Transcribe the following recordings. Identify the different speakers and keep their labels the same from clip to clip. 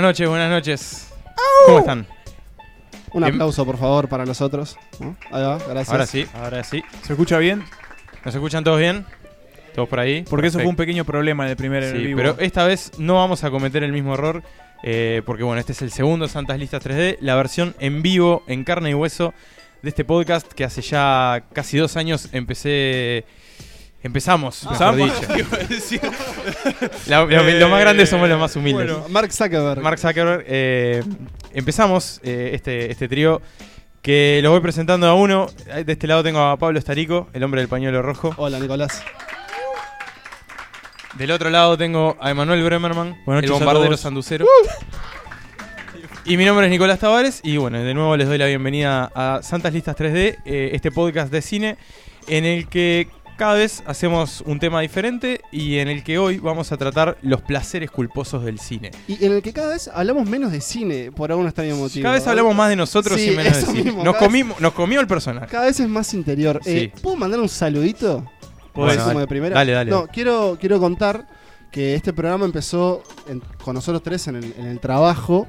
Speaker 1: noches, buenas noches. ¿Cómo están?
Speaker 2: Un
Speaker 1: Bien.
Speaker 2: aplauso, por favor, para nosotros. ¿no? Ahí va, gracias.
Speaker 1: Em- Ahora sí, ahora sí.
Speaker 3: ¿Se escucha bien?
Speaker 1: ¿Nos escuchan todos bien? ¿Todos por ahí?
Speaker 3: Porque eso fue un
Speaker 1: Perfecto.
Speaker 3: pequeño problema en el primer en
Speaker 1: Sí,
Speaker 3: vivo.
Speaker 1: pero esta vez no vamos a cometer el mismo error. eh, porque bueno, este es el segundo Santas Listas 3D, la versión en vivo, en carne y hueso, de este podcast que hace ya casi dos años empecé. Empezamos, mejor
Speaker 3: ¿Empezamos?
Speaker 1: dicho. La- la- los más grandes somos los más humildes.
Speaker 2: Bueno, Mark Zuckerberg.
Speaker 1: Mark Zuckerberg. eh, empezamos eh, este, este trío que los voy presentando a uno. De este lado tengo a Pablo Estarico, el hombre del pañuelo rojo.
Speaker 2: Hola, Nicolás.
Speaker 1: Del otro lado tengo a Emanuel Bremerman,
Speaker 3: Buenas
Speaker 1: el
Speaker 3: noches a
Speaker 1: bombardero
Speaker 3: todos.
Speaker 1: sanducero. Y mi nombre es Nicolás Tavares y bueno, de nuevo les doy la bienvenida a Santas Listas 3D, eh, este podcast de cine en el que cada vez hacemos un tema diferente y en el que hoy vamos a tratar los placeres culposos del cine.
Speaker 2: Y en el que cada vez hablamos menos de cine, por algún extraño motivo.
Speaker 1: Cada vez hablamos más de nosotros
Speaker 2: Sí,
Speaker 1: y menos de
Speaker 2: eso
Speaker 1: cine.
Speaker 2: mismo,
Speaker 1: nos,
Speaker 2: cada vez-
Speaker 1: comimos, nos comió el personaje.
Speaker 2: Cada vez es más interior. Eh,
Speaker 1: Sí.
Speaker 2: ¿Puedo mandar un saludito?
Speaker 1: Podés.
Speaker 2: Así como
Speaker 1: dale.
Speaker 2: de primera.
Speaker 1: Dale, dale.
Speaker 2: No, quiero, quiero contar que este programa empezó en- con nosotros tres en el, en el trabajo,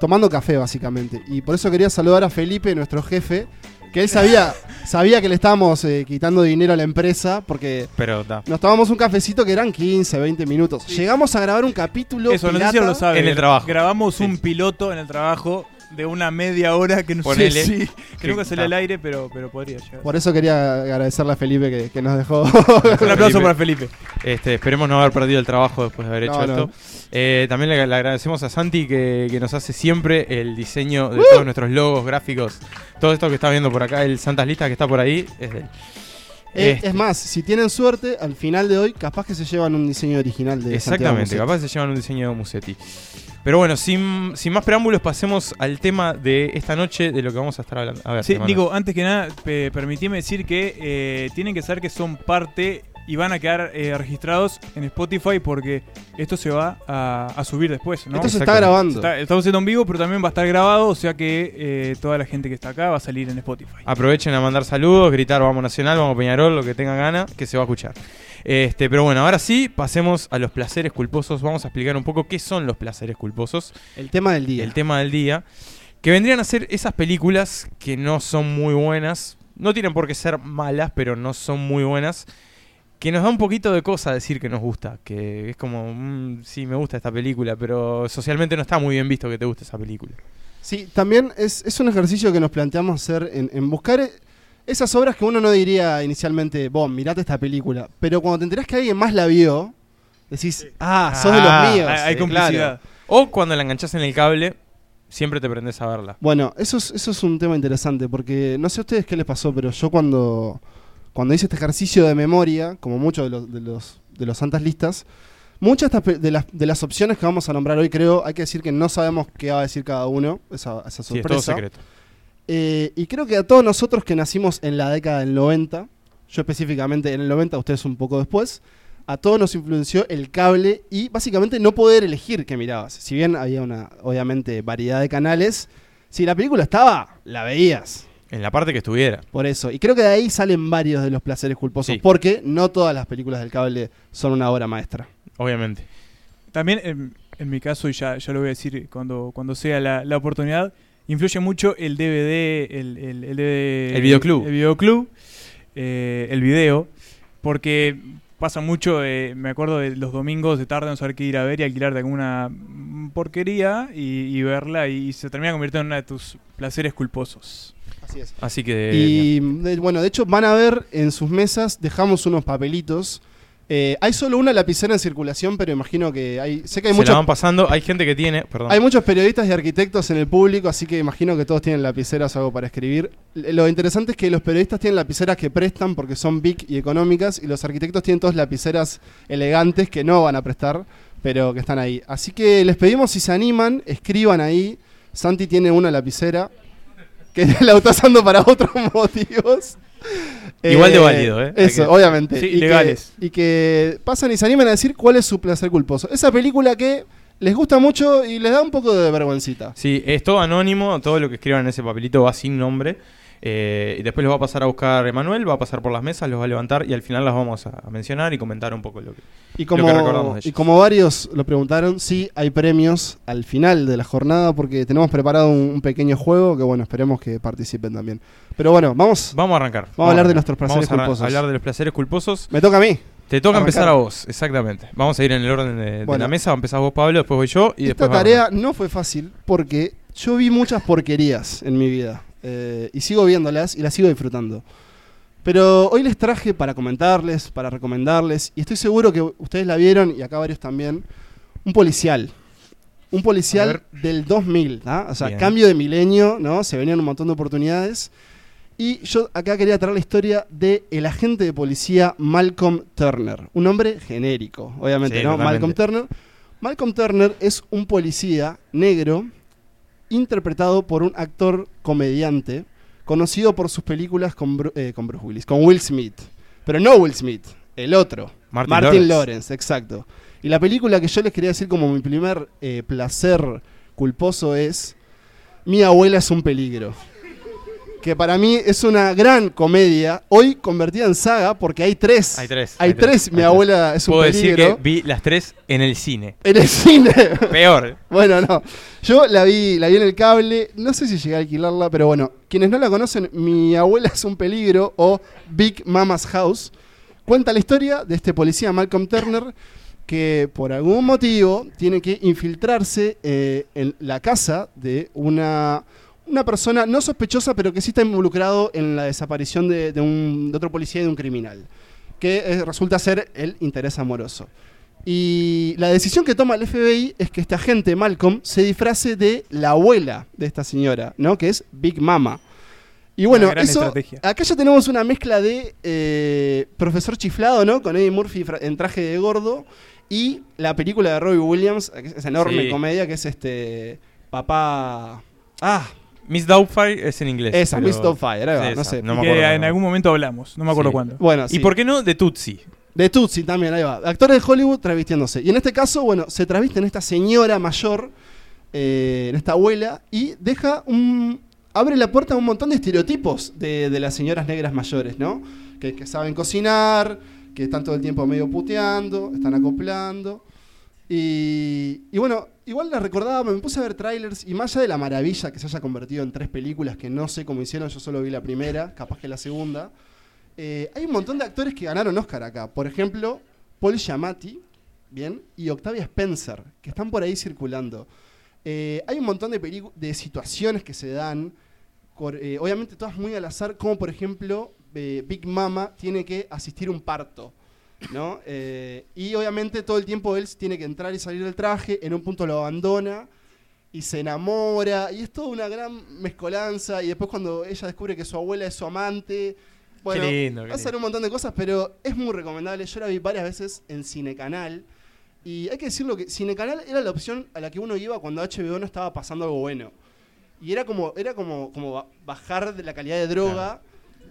Speaker 2: tomando café, básicamente. Y por eso quería saludar a Felipe, nuestro jefe, que él sabía, sabía que le estábamos eh, quitando dinero a la empresa porque
Speaker 1: Pero da.
Speaker 2: Nos tomamos un cafecito que eran 15, 20 minutos. Llegamos a grabar un capítulo.
Speaker 3: Eso, no sé si
Speaker 2: pirata.
Speaker 3: lo sabe.
Speaker 1: En el trabajo.
Speaker 3: Grabamos
Speaker 1: Sí.
Speaker 3: un piloto en el trabajo de una media hora que no
Speaker 1: Ponele. Ah.
Speaker 3: sé si-
Speaker 1: Que
Speaker 3: que nunca salió al
Speaker 1: está.
Speaker 3: aire, pero, pero podría llegar.
Speaker 2: Por eso quería agradecerle a Felipe que, que nos dejó.
Speaker 3: Un aplauso
Speaker 1: Felipe.
Speaker 3: para Felipe.
Speaker 1: Este, esperemos no haber perdido el trabajo después de haber hecho
Speaker 2: No,
Speaker 1: esto.
Speaker 2: no.
Speaker 1: Eh, también le, le agradecemos a Santi que, que nos hace siempre el diseño de todos nuestros logos, gráficos. Todo esto que está viendo por acá, el Santas Lista que está por ahí, es de él.
Speaker 2: Eh,
Speaker 1: Este,
Speaker 2: Es más, si tienen suerte, al final de hoy, capaz que se llevan un diseño original de
Speaker 1: exactamente,
Speaker 2: Santiago
Speaker 1: capaz se llevan un diseño de Musetti. Pero bueno, sin, sin más preámbulos, pasemos al tema de esta noche, de lo que vamos a estar hablando. A ver,
Speaker 3: Sí,
Speaker 1: Emanuel.
Speaker 3: digo, antes que nada, pe- permitime decir que eh, tienen que saber que son parte y van a quedar eh, registrados en Spotify porque esto se va a, a subir después, ¿no?
Speaker 2: Esto se está
Speaker 1: Exactamente.
Speaker 2: grabando.
Speaker 3: Está- estamos haciendo en vivo, pero también va a estar grabado, o sea que eh, toda la gente que está acá va a salir en Spotify.
Speaker 1: Aprovechen a mandar saludos, gritar vamos Nacional, vamos Peñarol, lo que tengan gana, que se va a escuchar. Este, pero bueno, ahora sí, pasemos a los placeres culposos. Vamos a explicar un poco qué son los placeres culposos.
Speaker 2: El tema del día.
Speaker 1: El tema del día. Que vendrían a ser esas películas que no son muy buenas. No tienen por qué ser malas, pero no son muy buenas. Que nos da un poquito de cosa decir que nos gusta. Que es como, mm, sí, me gusta esta película, pero socialmente no está muy bien visto que te guste esa película.
Speaker 2: Sí, también es, es un ejercicio que nos planteamos hacer en, en buscar eh, esas obras que uno no diría inicialmente, vos, mirate esta película. Pero cuando te enterás que alguien más la vio, decís, ah, sos de
Speaker 1: Ah,
Speaker 2: los míos.
Speaker 3: hay hay
Speaker 2: Eh, claro.
Speaker 3: complicidad.
Speaker 1: O cuando la enganchás en el cable, siempre te prendes a verla.
Speaker 2: Bueno, eso es, eso es un tema interesante, porque no sé a ustedes qué les pasó, pero yo cuando, cuando hice este ejercicio de memoria, como muchos de los, de los, de los santas listas, muchas de estas pe- de las, de las opciones que vamos a nombrar hoy, creo, hay que decir que no sabemos qué va a decir cada uno, esa, esa
Speaker 1: Sí, es
Speaker 2: sorpresa.
Speaker 1: todo secreto.
Speaker 2: Eh, y creo que a todos nosotros que nacimos en la década del 90, yo específicamente en el 90, ustedes un poco después, a todos nos influenció el cable y básicamente no poder elegir qué mirabas. Si bien había una, obviamente, variedad de canales, si la película estaba, la veías.
Speaker 1: En la parte que estuviera.
Speaker 2: Por eso. Y creo que de ahí salen varios de los placeres culposos,
Speaker 1: Sí.
Speaker 2: porque no todas las películas del cable son una obra maestra.
Speaker 1: Obviamente.
Speaker 3: También en, en mi caso, y ya, ya lo voy a decir cuando, cuando sea la, la oportunidad, influye mucho el DVD, el, el, el DVD
Speaker 1: El videoclub.
Speaker 3: El videoclub, eh, el video, porque pasa mucho, eh, me acuerdo de los domingos de tarde no saber qué ir a ver y alquilar de alguna mm, porquería y, y verla y se termina convirtiendo en uno de tus placeres culposos.
Speaker 2: Así es.
Speaker 1: Así que. eh, bien.
Speaker 2: Y de- bueno, de hecho van a ver en sus mesas, dejamos unos papelitos. Eh, hay solo una lapicera en circulación, pero imagino que hay... Sé que hay,
Speaker 1: se la
Speaker 2: muchos,
Speaker 1: van pasando. Hay gente que tiene. Perdón.
Speaker 2: hay muchos periodistas y arquitectos en el público, así que imagino que todos tienen lapiceras o algo para escribir. L- Lo interesante es que los periodistas tienen lapiceras que prestan porque son big y económicas, y los arquitectos tienen todas lapiceras elegantes que no van a prestar, pero que están ahí. Así que les pedimos si se animan, escriban ahí. Santi tiene una lapicera que la está usando para otros motivos.
Speaker 1: Igual de válido, ¿eh?
Speaker 2: Eso,
Speaker 1: Hay que-
Speaker 2: obviamente.
Speaker 3: Sí,
Speaker 2: y
Speaker 3: legales.
Speaker 2: Que, y que pasan y se animan a decir cuál es su placer culposo. Esa película que les gusta mucho y les da un poco de vergüencita.
Speaker 1: Sí, es todo anónimo. Todo lo que escriban en ese papelito va sin nombre. Eh, y después los va a pasar a buscar Emanuel, va a pasar por las mesas, los va a levantar y al final las vamos a a mencionar y comentar un poco lo que.
Speaker 2: Y
Speaker 1: que recordamos
Speaker 2: como,
Speaker 1: de
Speaker 2: y
Speaker 1: ellos.
Speaker 2: como varios lo preguntaron, sí hay premios al final de la jornada porque tenemos preparado un, un pequeño juego que, bueno, esperemos que participen también. Pero bueno, vamos.
Speaker 1: Vamos a arrancar.
Speaker 2: Vamos a hablar de
Speaker 1: arrancar.
Speaker 2: nuestros placeres
Speaker 1: Vamos a
Speaker 2: culposos.
Speaker 1: hablar de los placeres culposos.
Speaker 2: Me toca a mí.
Speaker 1: Te toca
Speaker 2: Arrancar.
Speaker 1: empezar a vos, exactamente. Vamos a ir en el orden de, de
Speaker 2: Bueno.
Speaker 1: la mesa. Empezás vos, Pablo, después voy yo y después.
Speaker 2: Esta
Speaker 1: va
Speaker 2: tarea no fue fácil porque yo vi muchas porquerías en mi vida eh, y sigo viéndolas y las sigo disfrutando. Pero hoy les traje para comentarles, para recomendarles, y estoy seguro que ustedes la vieron y acá varios también, un policial. Un policial del 2000, ¿ah? o sea,
Speaker 1: Bien.
Speaker 2: cambio de milenio, ¿no? Se venían un montón de oportunidades. Y yo acá quería traer la historia de el agente de policía Malcolm Turner, un hombre genérico, obviamente,
Speaker 1: Sí,
Speaker 2: ¿no?
Speaker 1: totalmente.
Speaker 2: Malcolm Turner. Markham Turner es un policía negro interpretado por un actor comediante conocido por sus películas con, Bru- eh, con Bruce Willis, con Will Smith. Pero no Will Smith, el otro.
Speaker 1: Martin
Speaker 2: Lawrence.
Speaker 1: Lawrence.
Speaker 2: exacto. Y la película que yo les quería decir como mi primer eh, placer culposo es Mi abuela es un peligro. Que para mí es una gran comedia, hoy convertida en saga porque hay tres.
Speaker 1: Hay tres,
Speaker 2: Hay,
Speaker 1: hay
Speaker 2: tres.
Speaker 1: tres,
Speaker 2: Mi
Speaker 1: hay tres.
Speaker 2: abuela es un
Speaker 1: Puedo
Speaker 2: peligro.
Speaker 1: decir que vi las tres en el cine.
Speaker 2: En el cine.
Speaker 1: Peor.
Speaker 2: Bueno, no. Yo la vi, la vi en el cable. No sé si llegué a alquilarla, pero bueno. Quienes no la conocen, Mi abuela es un peligro o Big Mama's House. Cuenta la historia de este policía Malcolm Turner que por algún motivo tiene que infiltrarse eh, en la casa de una, una persona no sospechosa, pero que sí está involucrado en la desaparición de, de un, de otro policía y de un criminal, que eh, resulta ser el interés amoroso. Y la decisión que toma el FBI es que este agente, Malcolm, se disfrace de la abuela de esta señora, ¿no? Que es Big Mama. Y bueno,
Speaker 3: Una gran
Speaker 2: eso,
Speaker 3: estrategia.
Speaker 2: acá ya tenemos una mezcla de eh, profesor chiflado, ¿no? Con Eddie Murphy fra- en traje de gordo y la película de Robbie Williams, esa enorme
Speaker 1: Sí.
Speaker 2: comedia que es este papá... Ah,
Speaker 1: Miss Doubtfire es en inglés.
Speaker 2: esa,
Speaker 1: pero-
Speaker 2: Mist of Fire, ahí va,
Speaker 1: Sí,
Speaker 2: no
Speaker 1: esa,
Speaker 2: sé.
Speaker 1: no me
Speaker 3: Y
Speaker 1: acuerdo.
Speaker 3: que en
Speaker 1: no.
Speaker 3: algún momento hablamos, no me acuerdo
Speaker 1: Sí.
Speaker 3: cuándo.
Speaker 2: Bueno,
Speaker 1: ¿Y
Speaker 2: sí.
Speaker 1: por qué no de Tutsi?
Speaker 2: De Tutsi también, ahí va. Actores de Hollywood travestiéndose. Y en este caso, bueno, se traviste en esta señora mayor, eh, en esta abuela, y deja un. abre la puerta a un montón de estereotipos de, de las señoras negras mayores, ¿no? Que, que saben cocinar, que están todo el tiempo medio puteando, están acoplando. Y, y bueno, igual la recordaba, me puse a ver trailers y más allá de la maravilla que se haya convertido en tres películas que no sé cómo hicieron, yo solo vi la primera, capaz que la segunda. Eh, hay un montón de actores que ganaron Oscar acá. Por ejemplo, Paul Giamatti, bien, y Octavia Spencer, que están por ahí circulando. Eh, hay un montón de, pelicu- de situaciones que se dan, cor- eh, obviamente todas muy al azar, como por ejemplo, eh, Big Mama tiene que asistir a un parto. ¿no? Eh, y obviamente todo el tiempo él tiene que entrar y salir del traje, en un punto lo abandona y se enamora, y es toda una gran mezcolanza, y después cuando ella descubre que su abuela es su amante, bueno,
Speaker 1: lindo, qué
Speaker 2: pasan
Speaker 1: lindo.
Speaker 2: un montón de cosas, pero es muy recomendable, yo la vi varias veces en Cinecanal, y hay que decirlo que Cinecanal era la opción a la que uno iba cuando HBO no estaba pasando algo bueno. Y era como, era como, como ba- bajar de la calidad de droga,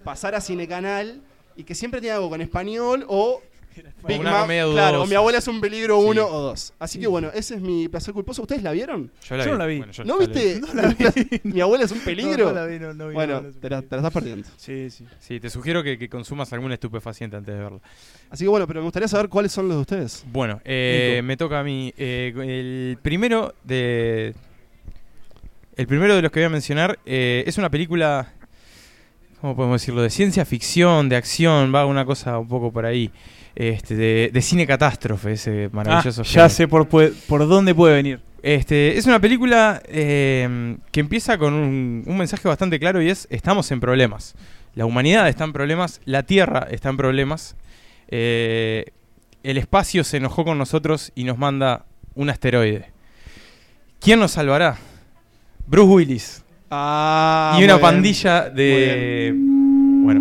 Speaker 2: pasar a Cinecanal y que siempre tenía algo con español o Big
Speaker 1: Una
Speaker 2: Mac,
Speaker 1: comedia
Speaker 2: Claro, o
Speaker 1: dudosa.
Speaker 2: mi abuela es un peligro
Speaker 1: Sí.
Speaker 2: uno o dos. Así que bueno, ese es mi placer culposo. ¿Ustedes la vieron?
Speaker 1: Yo, la
Speaker 3: Yo no la vi.
Speaker 1: yo
Speaker 2: ¿No
Speaker 1: la vi.
Speaker 2: viste? mi abuela es un peligro.
Speaker 3: No, no la vi, no- no vi,
Speaker 2: bueno,
Speaker 3: no, no sé.
Speaker 2: te, la, te la estás perdiendo.
Speaker 3: Sí, sí.
Speaker 1: Sí, te sugiero que, que consumas algún estupefaciente antes de verla.
Speaker 2: Así que bueno, pero me gustaría saber cuáles son los de ustedes.
Speaker 1: Bueno, eh,
Speaker 2: Nico.
Speaker 1: me toca a mí. Eh, el primero de. El primero de los que voy a mencionar eh, es una película. ¿Cómo podemos decirlo? De ciencia ficción, de acción, va una cosa un poco por ahí. Este, de, de cine catástrofe, ese maravilloso
Speaker 3: Ah, ya
Speaker 1: género.
Speaker 3: sé por, pue- por dónde puede venir.
Speaker 1: Este, es una película eh, que empieza con un, un mensaje bastante claro y es estamos en problemas. La humanidad está en problemas, la Tierra está en problemas. eh, el espacio se enojó con nosotros y nos manda un asteroide. ¿Quién nos salvará? Bruce Willis
Speaker 2: Ah,
Speaker 1: y una
Speaker 2: muy bien.
Speaker 1: pandilla de. Bueno,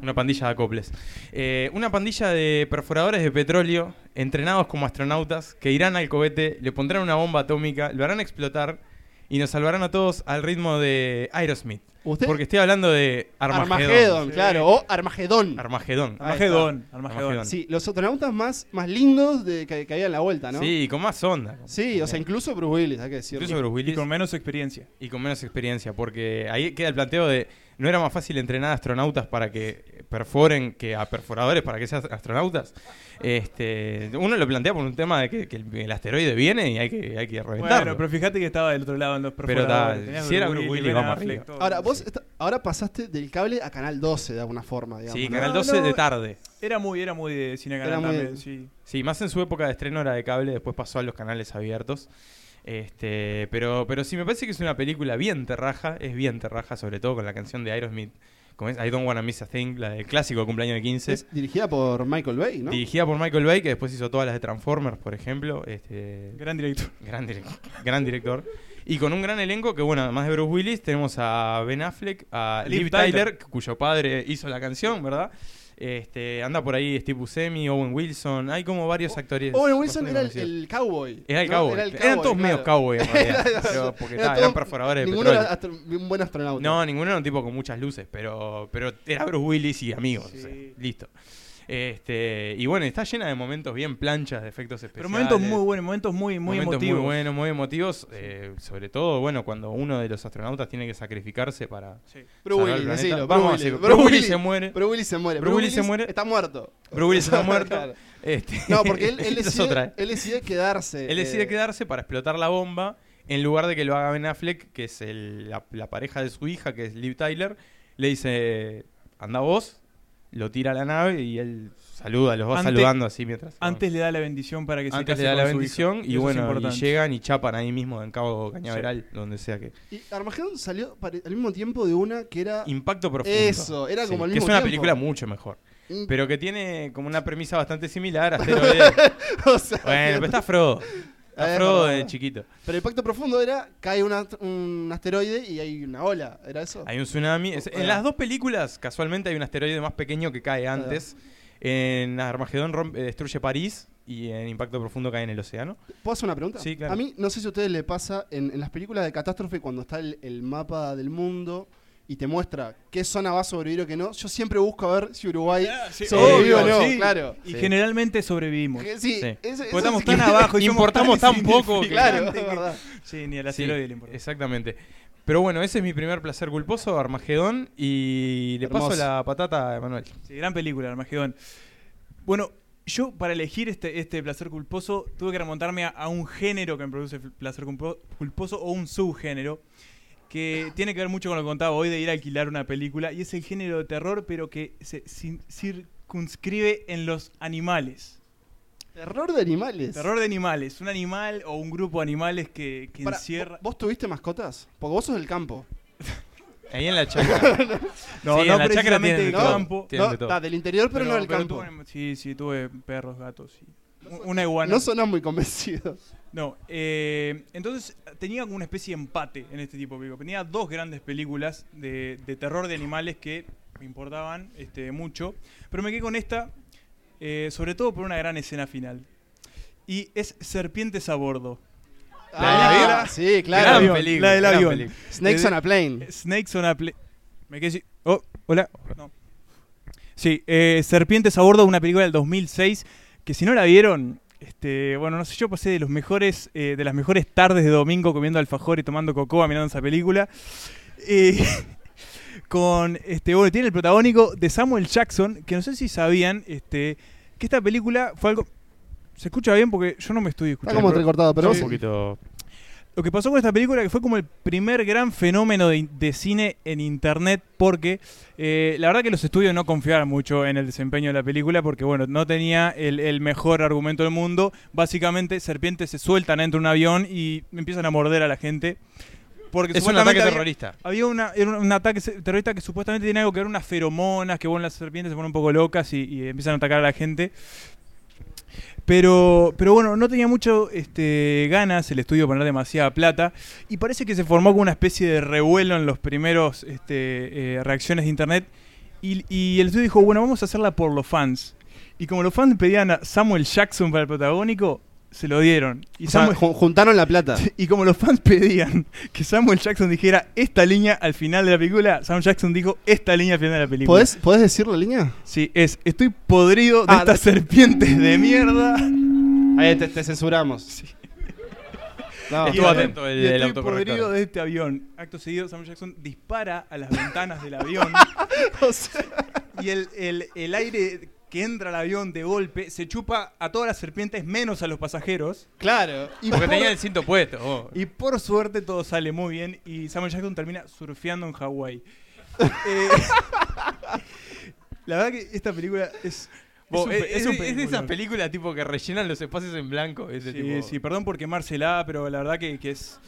Speaker 1: una pandilla de acoples. Eh, una pandilla de perforadores de petróleo entrenados como astronautas que irán al cohete, le pondrán una bomba atómica, lo harán explotar y nos salvarán a todos al ritmo de Aerosmith.
Speaker 2: ¿Usted?
Speaker 1: Porque estoy hablando de Armagedón.
Speaker 2: Armagedón,
Speaker 3: Sí.
Speaker 2: claro. O Armagedón.
Speaker 1: Armagedón.
Speaker 2: Ah,
Speaker 3: Armagedón,
Speaker 1: Armagedón.
Speaker 3: Armagedón.
Speaker 2: sí, los astronautas más, más lindos de, que, que había en la vuelta, ¿no?
Speaker 1: Sí, y con más onda.
Speaker 2: Sí, o sea, incluso Bruce Willis, hay que decirlo.
Speaker 1: Incluso Bruce Willis
Speaker 3: Y con menos experiencia.
Speaker 1: y con menos experiencia, porque ahí queda el planteo de ¿no era más fácil entrenar a astronautas para que perforen que a perforadores para que sean astronautas? Este, uno lo plantea por un tema de que, que el, el asteroide viene y hay que, hay que reventarlo.
Speaker 3: Bueno, pero fíjate que estaba del otro lado en los
Speaker 1: Pero está,
Speaker 3: perforadores. Tenías
Speaker 1: si era
Speaker 3: Bruce
Speaker 1: Bruce
Speaker 3: Willis,
Speaker 1: Willis,
Speaker 3: Ben
Speaker 1: vamos
Speaker 3: Affleck,
Speaker 1: arriba.
Speaker 3: todo.
Speaker 2: Ahora, vos esta- ahora pasaste del cable a Canal 12 de alguna forma, digamos.
Speaker 1: sí,
Speaker 2: ¿no?
Speaker 1: Canal
Speaker 3: No,
Speaker 1: 12
Speaker 3: no.
Speaker 1: de tarde.
Speaker 3: Era muy, era muy de cine
Speaker 2: Era
Speaker 3: canal
Speaker 2: muy-
Speaker 3: también, sí.
Speaker 1: Sí, más en su época de estreno era de cable, después pasó a los canales abiertos. Este, pero, pero sí, me parece que es una película bien terraja, es bien terraja, sobre todo con la canción de Aerosmith, como es I Don't Wanna Miss a Thing, la del clásico de cumpleaños de 15.
Speaker 2: Es dirigida por Michael Bay, ¿no?
Speaker 1: Dirigida por Michael Bay, que después hizo todas las de Transformers, por ejemplo. Este,
Speaker 3: Gran director.
Speaker 1: gran, direc- gran director. Y con un gran elenco que, bueno, además de Bruce Willis, tenemos a Ben Affleck, a
Speaker 3: Liv
Speaker 1: Liv,
Speaker 3: Tyler.
Speaker 1: Tyler, cuyo padre hizo la canción, ¿verdad? Este, anda por ahí Steve Buscemi, Owen Wilson, hay como varios actores.
Speaker 2: Owen Oh, Wilson
Speaker 1: bastante
Speaker 2: era el,
Speaker 1: conocidos.
Speaker 2: el cowboy.
Speaker 1: Era el
Speaker 2: ¿no?
Speaker 1: cowboy. Eran todos
Speaker 2: claro.
Speaker 1: medios cowboy en realidad.
Speaker 2: Era-
Speaker 1: pero porque
Speaker 2: era
Speaker 1: ta,
Speaker 2: todo-
Speaker 1: eran perforadores de
Speaker 2: Ninguno
Speaker 1: petróleo.
Speaker 2: era astro- un buen astronauta.
Speaker 1: No, ninguno era un tipo con muchas luces, pero, pero era Bruce Willis y amigos.
Speaker 3: Sí.
Speaker 1: o sea, listo. Este, y bueno, está llena de momentos bien planchas, de efectos
Speaker 3: Pero
Speaker 1: especiales.
Speaker 3: momentos muy buenos, momentos muy, muy
Speaker 1: eh. momentos
Speaker 3: emotivos.
Speaker 1: muy buenos, muy emotivos. eh, sobre todo, bueno, cuando uno de los astronautas tiene que sacrificarse para.
Speaker 3: Sí.
Speaker 2: Bruce
Speaker 1: salvar el
Speaker 2: Willis,
Speaker 1: planeta.
Speaker 2: decilo.
Speaker 1: Vamos a
Speaker 2: Bruce
Speaker 1: decirlo.
Speaker 2: Willis.
Speaker 1: Bruce Willis se muere.
Speaker 2: Bruce Willis se muere.
Speaker 1: Bruce Willis se muere.
Speaker 2: Está muerto.
Speaker 1: Bruce Willis está muerto.
Speaker 2: Claro.
Speaker 1: Este,
Speaker 2: No, porque él, él
Speaker 1: esa es
Speaker 2: decide,
Speaker 1: otra, eh.
Speaker 2: él decide quedarse.
Speaker 1: Él
Speaker 2: eh,
Speaker 1: decide quedarse para explotar la bomba en lugar de que lo haga Ben Affleck, que es el- la, la pareja de su hija, que es Liv Tyler. Le dice, anda vos, lo tira a la nave y él saluda, los va
Speaker 3: Ante-
Speaker 1: saludando así mientras.
Speaker 3: Antes le da la bendición para que se
Speaker 1: Antes
Speaker 3: case
Speaker 1: le da
Speaker 3: con
Speaker 1: la
Speaker 3: su hija.
Speaker 1: bendición
Speaker 3: Eso
Speaker 1: y
Speaker 3: es
Speaker 1: bueno, y
Speaker 3: importante.
Speaker 1: llegan y chapan ahí mismo en Cabo Cañaveral, donde sea que.
Speaker 2: Y Armagedón salió pare- al mismo tiempo de una que era.
Speaker 1: Impacto profundo.
Speaker 2: Eso, era como al
Speaker 1: que
Speaker 2: mismo
Speaker 1: es una
Speaker 2: tiempo.
Speaker 1: película mucho mejor.
Speaker 2: Mm,
Speaker 1: Pero que tiene como una premisa bastante similar a Asteroide. bueno,
Speaker 2: o sea,
Speaker 1: pero está Frodo.
Speaker 2: Ah,
Speaker 1: Está
Speaker 2: es
Speaker 1: Frodo
Speaker 2: verdad.
Speaker 1: de chiquito.
Speaker 2: pero el pacto profundo era cae un, ast- un asteroide y hay una ola. ¿Era eso?
Speaker 1: Hay un tsunami. Es-
Speaker 2: Ah.
Speaker 1: en las dos películas, casualmente, hay un asteroide más pequeño que cae antes. En Armagedón rompe- destruye París y en Impacto Profundo cae en el océano.
Speaker 2: ¿Puedo hacer una pregunta?
Speaker 1: Sí, claro.
Speaker 2: A mí, no sé si a ustedes les pasa en, en las películas de catástrofe cuando está el, el mapa del mundo y te muestra qué zona va a sobrevivir o qué no. Yo siempre busco a ver si Uruguay sobrevive
Speaker 3: obvio,
Speaker 2: o Ah, no,
Speaker 3: Ah, sí.
Speaker 2: claro.
Speaker 3: Y
Speaker 1: Sí.
Speaker 3: generalmente sobrevivimos.
Speaker 2: Que Sí,
Speaker 1: Sí.
Speaker 2: eso- eso
Speaker 3: Porque estamos
Speaker 2: sí
Speaker 3: tan
Speaker 2: que-
Speaker 3: abajo y somos
Speaker 1: Importamos tan poco que-
Speaker 2: Claro, es
Speaker 3: insignificantes que-
Speaker 2: verdad.
Speaker 3: Sí, ni el
Speaker 1: Sí,
Speaker 3: asteroide le importa.
Speaker 1: Exactamente. Pero bueno, ese es mi primer placer culposo, Armagedón. Y le paso
Speaker 2: Hermoso.
Speaker 1: la patata a Emanuel.
Speaker 3: Sí, gran película, Armagedón. Bueno, yo para elegir este, este placer culposo tuve que remontarme a, a un género que me produce fl- placer culpo- culposo o un subgénero que tiene que ver mucho con lo que contaba hoy de ir a alquilar una película y es el género de terror pero que se cin- circunscribe en los animales.
Speaker 2: Terror de animales.
Speaker 3: Terror de animales, un animal o un grupo de animales que, que
Speaker 2: Pará,
Speaker 3: encierra...
Speaker 2: ¿Vos tuviste mascotas? Porque vos sos del campo.
Speaker 1: Ahí en la chaca.
Speaker 3: No,
Speaker 1: Sí,
Speaker 3: no
Speaker 1: en la chacra
Speaker 3: precisamente
Speaker 1: tienen
Speaker 3: del
Speaker 2: de todo.
Speaker 3: campo.
Speaker 1: Tienen
Speaker 2: No,
Speaker 1: de todo.
Speaker 2: está, del interior, pero, no del
Speaker 3: pero
Speaker 2: campo.
Speaker 3: tuve- sí, sí, tuve perros, gatos. sí. Un- Una iguana.
Speaker 2: No sonás muy convencido.
Speaker 3: No, eh, entonces tenía como una especie de empate en este tipo de películas. Tenía dos grandes películas de, de terror de animales que me importaban este, mucho, pero me quedé con esta, eh, sobre todo por una gran escena final. Y es Serpientes a Bordo.
Speaker 1: La de la vida.
Speaker 2: Ah, Sí,
Speaker 1: Gran
Speaker 2: claro.
Speaker 3: avión,
Speaker 1: película,
Speaker 3: la del
Speaker 1: gran
Speaker 3: avión.
Speaker 1: película.
Speaker 2: Snakes on a plane.
Speaker 3: Snakes on a Plane. Me quedé sin- Oh, hola. No. Sí, eh, Serpientes a Bordo, una película del 2006, que si no la vieron, este, bueno, no sé, yo pasé de los mejores, eh, de las mejores tardes de domingo comiendo alfajor y tomando cocoa mirando esa película. Eh, con, este, bueno, tiene el protagónico de Samuel Jackson, que no sé si sabían, este, que esta película fue algo... ¿Se escucha bien? Porque yo no me estoy
Speaker 2: Está
Speaker 3: escuchando.
Speaker 2: como entrecortado, pero
Speaker 1: un
Speaker 2: vos-
Speaker 1: poquito.
Speaker 3: Lo que pasó con esta película que fue como el primer gran fenómeno de, de cine en internet porque eh, la verdad que los estudios no confiaron mucho en el desempeño de la película porque bueno, no tenía el, el mejor argumento del mundo. Básicamente serpientes se sueltan dentro de un avión y empiezan a morder a la gente. Porque
Speaker 1: Es un
Speaker 3: supuestamente
Speaker 1: ataque
Speaker 3: había-
Speaker 1: terrorista.
Speaker 3: Había una, era un, un ataque se- terrorista que supuestamente tiene algo que ver unas feromonas, que bueno, las serpientes se ponen un poco locas y, y empiezan a atacar a la gente. Pero, pero bueno, no tenía mucho este, ganas el estudio de poner demasiada plata. Y parece que se formó como una especie de revuelo en los primeros este, eh, reacciones de internet. Y, y el estudio dijo, bueno, vamos a hacerla por los fans. Y como los fans pedían a Samuel Jackson para el protagónico, se lo dieron. Y
Speaker 2: O sea,
Speaker 3: Samuel-
Speaker 2: ju- juntaron la plata.
Speaker 3: y como los fans pedían que Samuel Jackson dijera esta línea al final de la película, Samuel Jackson dijo esta línea al final de la película.
Speaker 2: ¿Podés, ¿Podés decir la línea?
Speaker 3: Sí, es estoy podrido de
Speaker 2: Ah,
Speaker 3: estas serpientes de mierda.
Speaker 2: Ahí te, te censuramos. No.
Speaker 1: Estuvo
Speaker 3: Y-
Speaker 1: atento el-
Speaker 3: y
Speaker 1: el
Speaker 3: estoy
Speaker 1: autocorrector.
Speaker 3: podrido de este avión. Acto seguido, Samuel Jackson dispara a las ventanas del avión
Speaker 2: O sea,
Speaker 3: y el, el- el aire que entra al avión de golpe se chupa a todas las serpientes menos a los pasajeros.
Speaker 2: claro.
Speaker 3: Y
Speaker 1: Porque
Speaker 3: por-
Speaker 1: tenía el cinto puesto. vos.
Speaker 3: Y por suerte todo sale muy bien y Samuel Jackson termina surfeando en Hawái. Eh, la verdad que esta película es...
Speaker 1: Vos,
Speaker 3: un
Speaker 1: Es,
Speaker 3: pe-
Speaker 1: es-
Speaker 3: un
Speaker 1: es de esas
Speaker 3: peliculón.
Speaker 1: películas tipo que rellenan los espacios en blanco. Ese
Speaker 3: Sí,
Speaker 1: tipo.
Speaker 3: sí, perdón por quemársela, pero la verdad que, que es,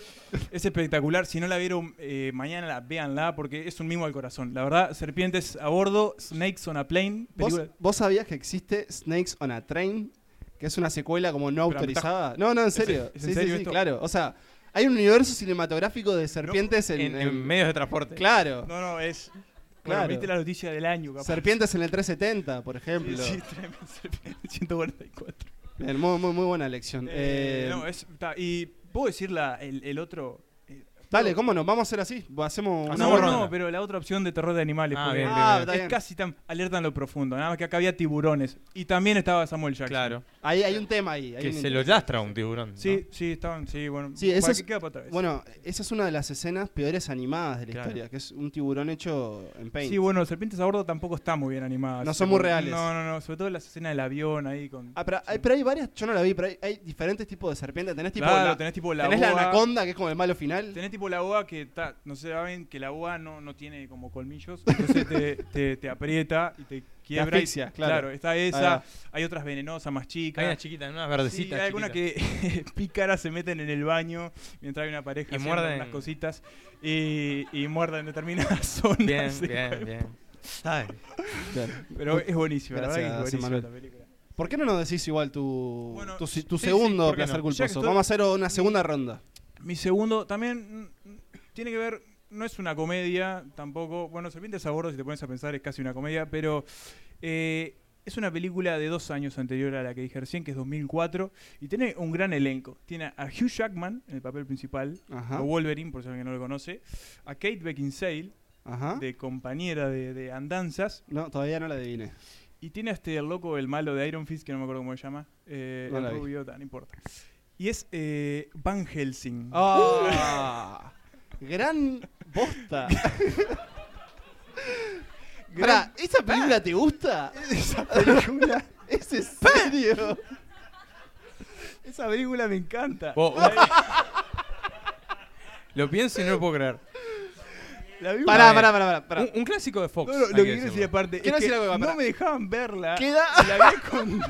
Speaker 3: es espectacular. Si no la vieron eh, mañana, la, véanla porque es un mimo al corazón. La verdad, Serpientes a bordo, Snakes on a Plane.
Speaker 2: ¿Vos,
Speaker 3: película-
Speaker 2: vos sabías que existe Snakes on a Train? Que es una secuela como no
Speaker 3: Pero,
Speaker 2: autorizada. No, no, en serio.
Speaker 3: en
Speaker 2: sí,
Speaker 3: serio
Speaker 2: sí, sí,
Speaker 3: esto?
Speaker 2: claro. O sea, hay un universo cinematográfico de serpientes en,
Speaker 1: En, en
Speaker 2: en-
Speaker 1: medios de transporte.
Speaker 2: Claro.
Speaker 3: No, no, es. Claro.
Speaker 2: Claro.
Speaker 3: viste la noticia del año, capaz.
Speaker 2: serpientes en el 370, por
Speaker 3: Sí,
Speaker 2: ejemplo.
Speaker 3: sí, tremendo, Serpientes 144.
Speaker 2: Bien, muy, muy, muy buena elección.
Speaker 3: Eh,
Speaker 2: Eh,
Speaker 3: no, es, ta, y puedo decir la, el, el otro. eh,
Speaker 2: Dale, ¿cómo no? Vamos a hacer así. Hacemos una
Speaker 3: No,
Speaker 1: Hacemos
Speaker 2: ronda.
Speaker 1: ronda.
Speaker 3: no, pero la otra opción de terror de animales.
Speaker 1: Ah,
Speaker 3: porque
Speaker 1: bien,
Speaker 2: Ah, está
Speaker 3: Es
Speaker 2: bien.
Speaker 3: casi tan alerta en lo profundo. Nada más que acá había tiburones. Y también estaba Samuel Jackson.
Speaker 1: Claro.
Speaker 2: Ahí hay un tema ahí. hay
Speaker 1: Que
Speaker 2: un
Speaker 1: se lo
Speaker 2: interés.
Speaker 1: lastra un tiburón. ¿no?
Speaker 3: Sí, sí, estaban, sí, bueno.
Speaker 2: Sí, esa
Speaker 3: Bueno,
Speaker 2: es-
Speaker 3: que queda para otra vez.
Speaker 2: Bueno, esa es una de las escenas peores animadas de la
Speaker 1: Claro.
Speaker 2: historia, que es un tiburón hecho en paint.
Speaker 3: Sí, bueno, Serpientes a bordo tampoco está muy bien animada.
Speaker 2: No
Speaker 3: Sí,
Speaker 2: son muy
Speaker 3: porque-
Speaker 2: reales.
Speaker 3: No, no, no, sobre todo la escena del avión ahí con...
Speaker 2: Ah, pero,
Speaker 3: sí.
Speaker 2: hay, pero hay varias, yo no la vi, pero hay, hay diferentes tipos de serpientes. Tenés tipo
Speaker 3: Claro,
Speaker 2: la,
Speaker 3: tenés tipo la
Speaker 2: tenés
Speaker 3: boa.
Speaker 2: anaconda, que es como el malo final.
Speaker 3: Tenés tipo la boa que está, no sé, saben que la boa no, no tiene como colmillos, entonces te, te- te aprieta y te quiebra. y-
Speaker 2: asfixia, Ah, claro.
Speaker 3: está
Speaker 2: Ahí va.
Speaker 3: esa, hay otras venenosas más chicas.
Speaker 1: Hay unas chiquitas, unas
Speaker 3: Sí,
Speaker 1: verdecitas.
Speaker 3: hay algunas
Speaker 1: chiquitas.
Speaker 3: que pícaras se meten en el baño mientras hay una pareja
Speaker 1: Y
Speaker 3: haciendo
Speaker 1: muerden.
Speaker 3: unas cositas y, y muerden determinadas zonas.
Speaker 1: Bien,
Speaker 3: de-
Speaker 1: bien, bien. Ay,
Speaker 2: Claro.
Speaker 3: Pero es buenísimo, la verdad que es
Speaker 2: Gracias,
Speaker 3: buenísima
Speaker 2: Emanuel.
Speaker 3: esta película.
Speaker 2: ¿Por qué no nos decís igual tu,
Speaker 3: Bueno,
Speaker 2: tu, si- tu
Speaker 1: sí,
Speaker 2: segundo
Speaker 1: sí, ¿por qué
Speaker 2: placer
Speaker 1: no?
Speaker 2: culposo?
Speaker 3: Ya que estoy-
Speaker 2: Vamos a hacer una segunda ronda.
Speaker 3: Mi segundo también mm, tiene que ver, no es una comedia tampoco. Bueno, Serpientes a bordo, si te pones a pensar, es casi una comedia, pero eh, es una película de dos años anterior a la que dije recién, que es 2004, y tiene un gran elenco. Tiene a Hugh Jackman en el papel principal,
Speaker 2: Ajá.
Speaker 3: o Wolverine, por si alguien no lo conoce, a Kate Beckinsale,
Speaker 2: Ajá.
Speaker 3: de compañera de, de andanzas,
Speaker 2: No, todavía no la adiviné.
Speaker 3: y tiene a este loco, el malo de Iron Fist, que no me acuerdo cómo se llama, eh,
Speaker 2: No
Speaker 3: el
Speaker 2: la vi.
Speaker 3: rubio, ta, no importa. Y es eh, Van Helsing.
Speaker 2: Ah, gran bosta. Pará, ¿esa película te gusta?
Speaker 3: Ah. Esa película,
Speaker 2: ¿Es en serio?
Speaker 3: esa película me encanta.
Speaker 2: Oh.
Speaker 1: vos- vos- lo pienso y no lo puedo creer.
Speaker 3: La vi una
Speaker 2: Pará,
Speaker 3: vez.
Speaker 2: pará, pará, pará, pará.
Speaker 1: Un, un clásico de Fox.
Speaker 3: No, no,
Speaker 1: hay que
Speaker 3: lo que quiero
Speaker 1: decirlo.
Speaker 3: decir aparte es
Speaker 2: Quiero decir
Speaker 3: que
Speaker 2: algo, pará.
Speaker 3: no me dejaban verla.
Speaker 2: ¿Qué edad?
Speaker 3: y La vi con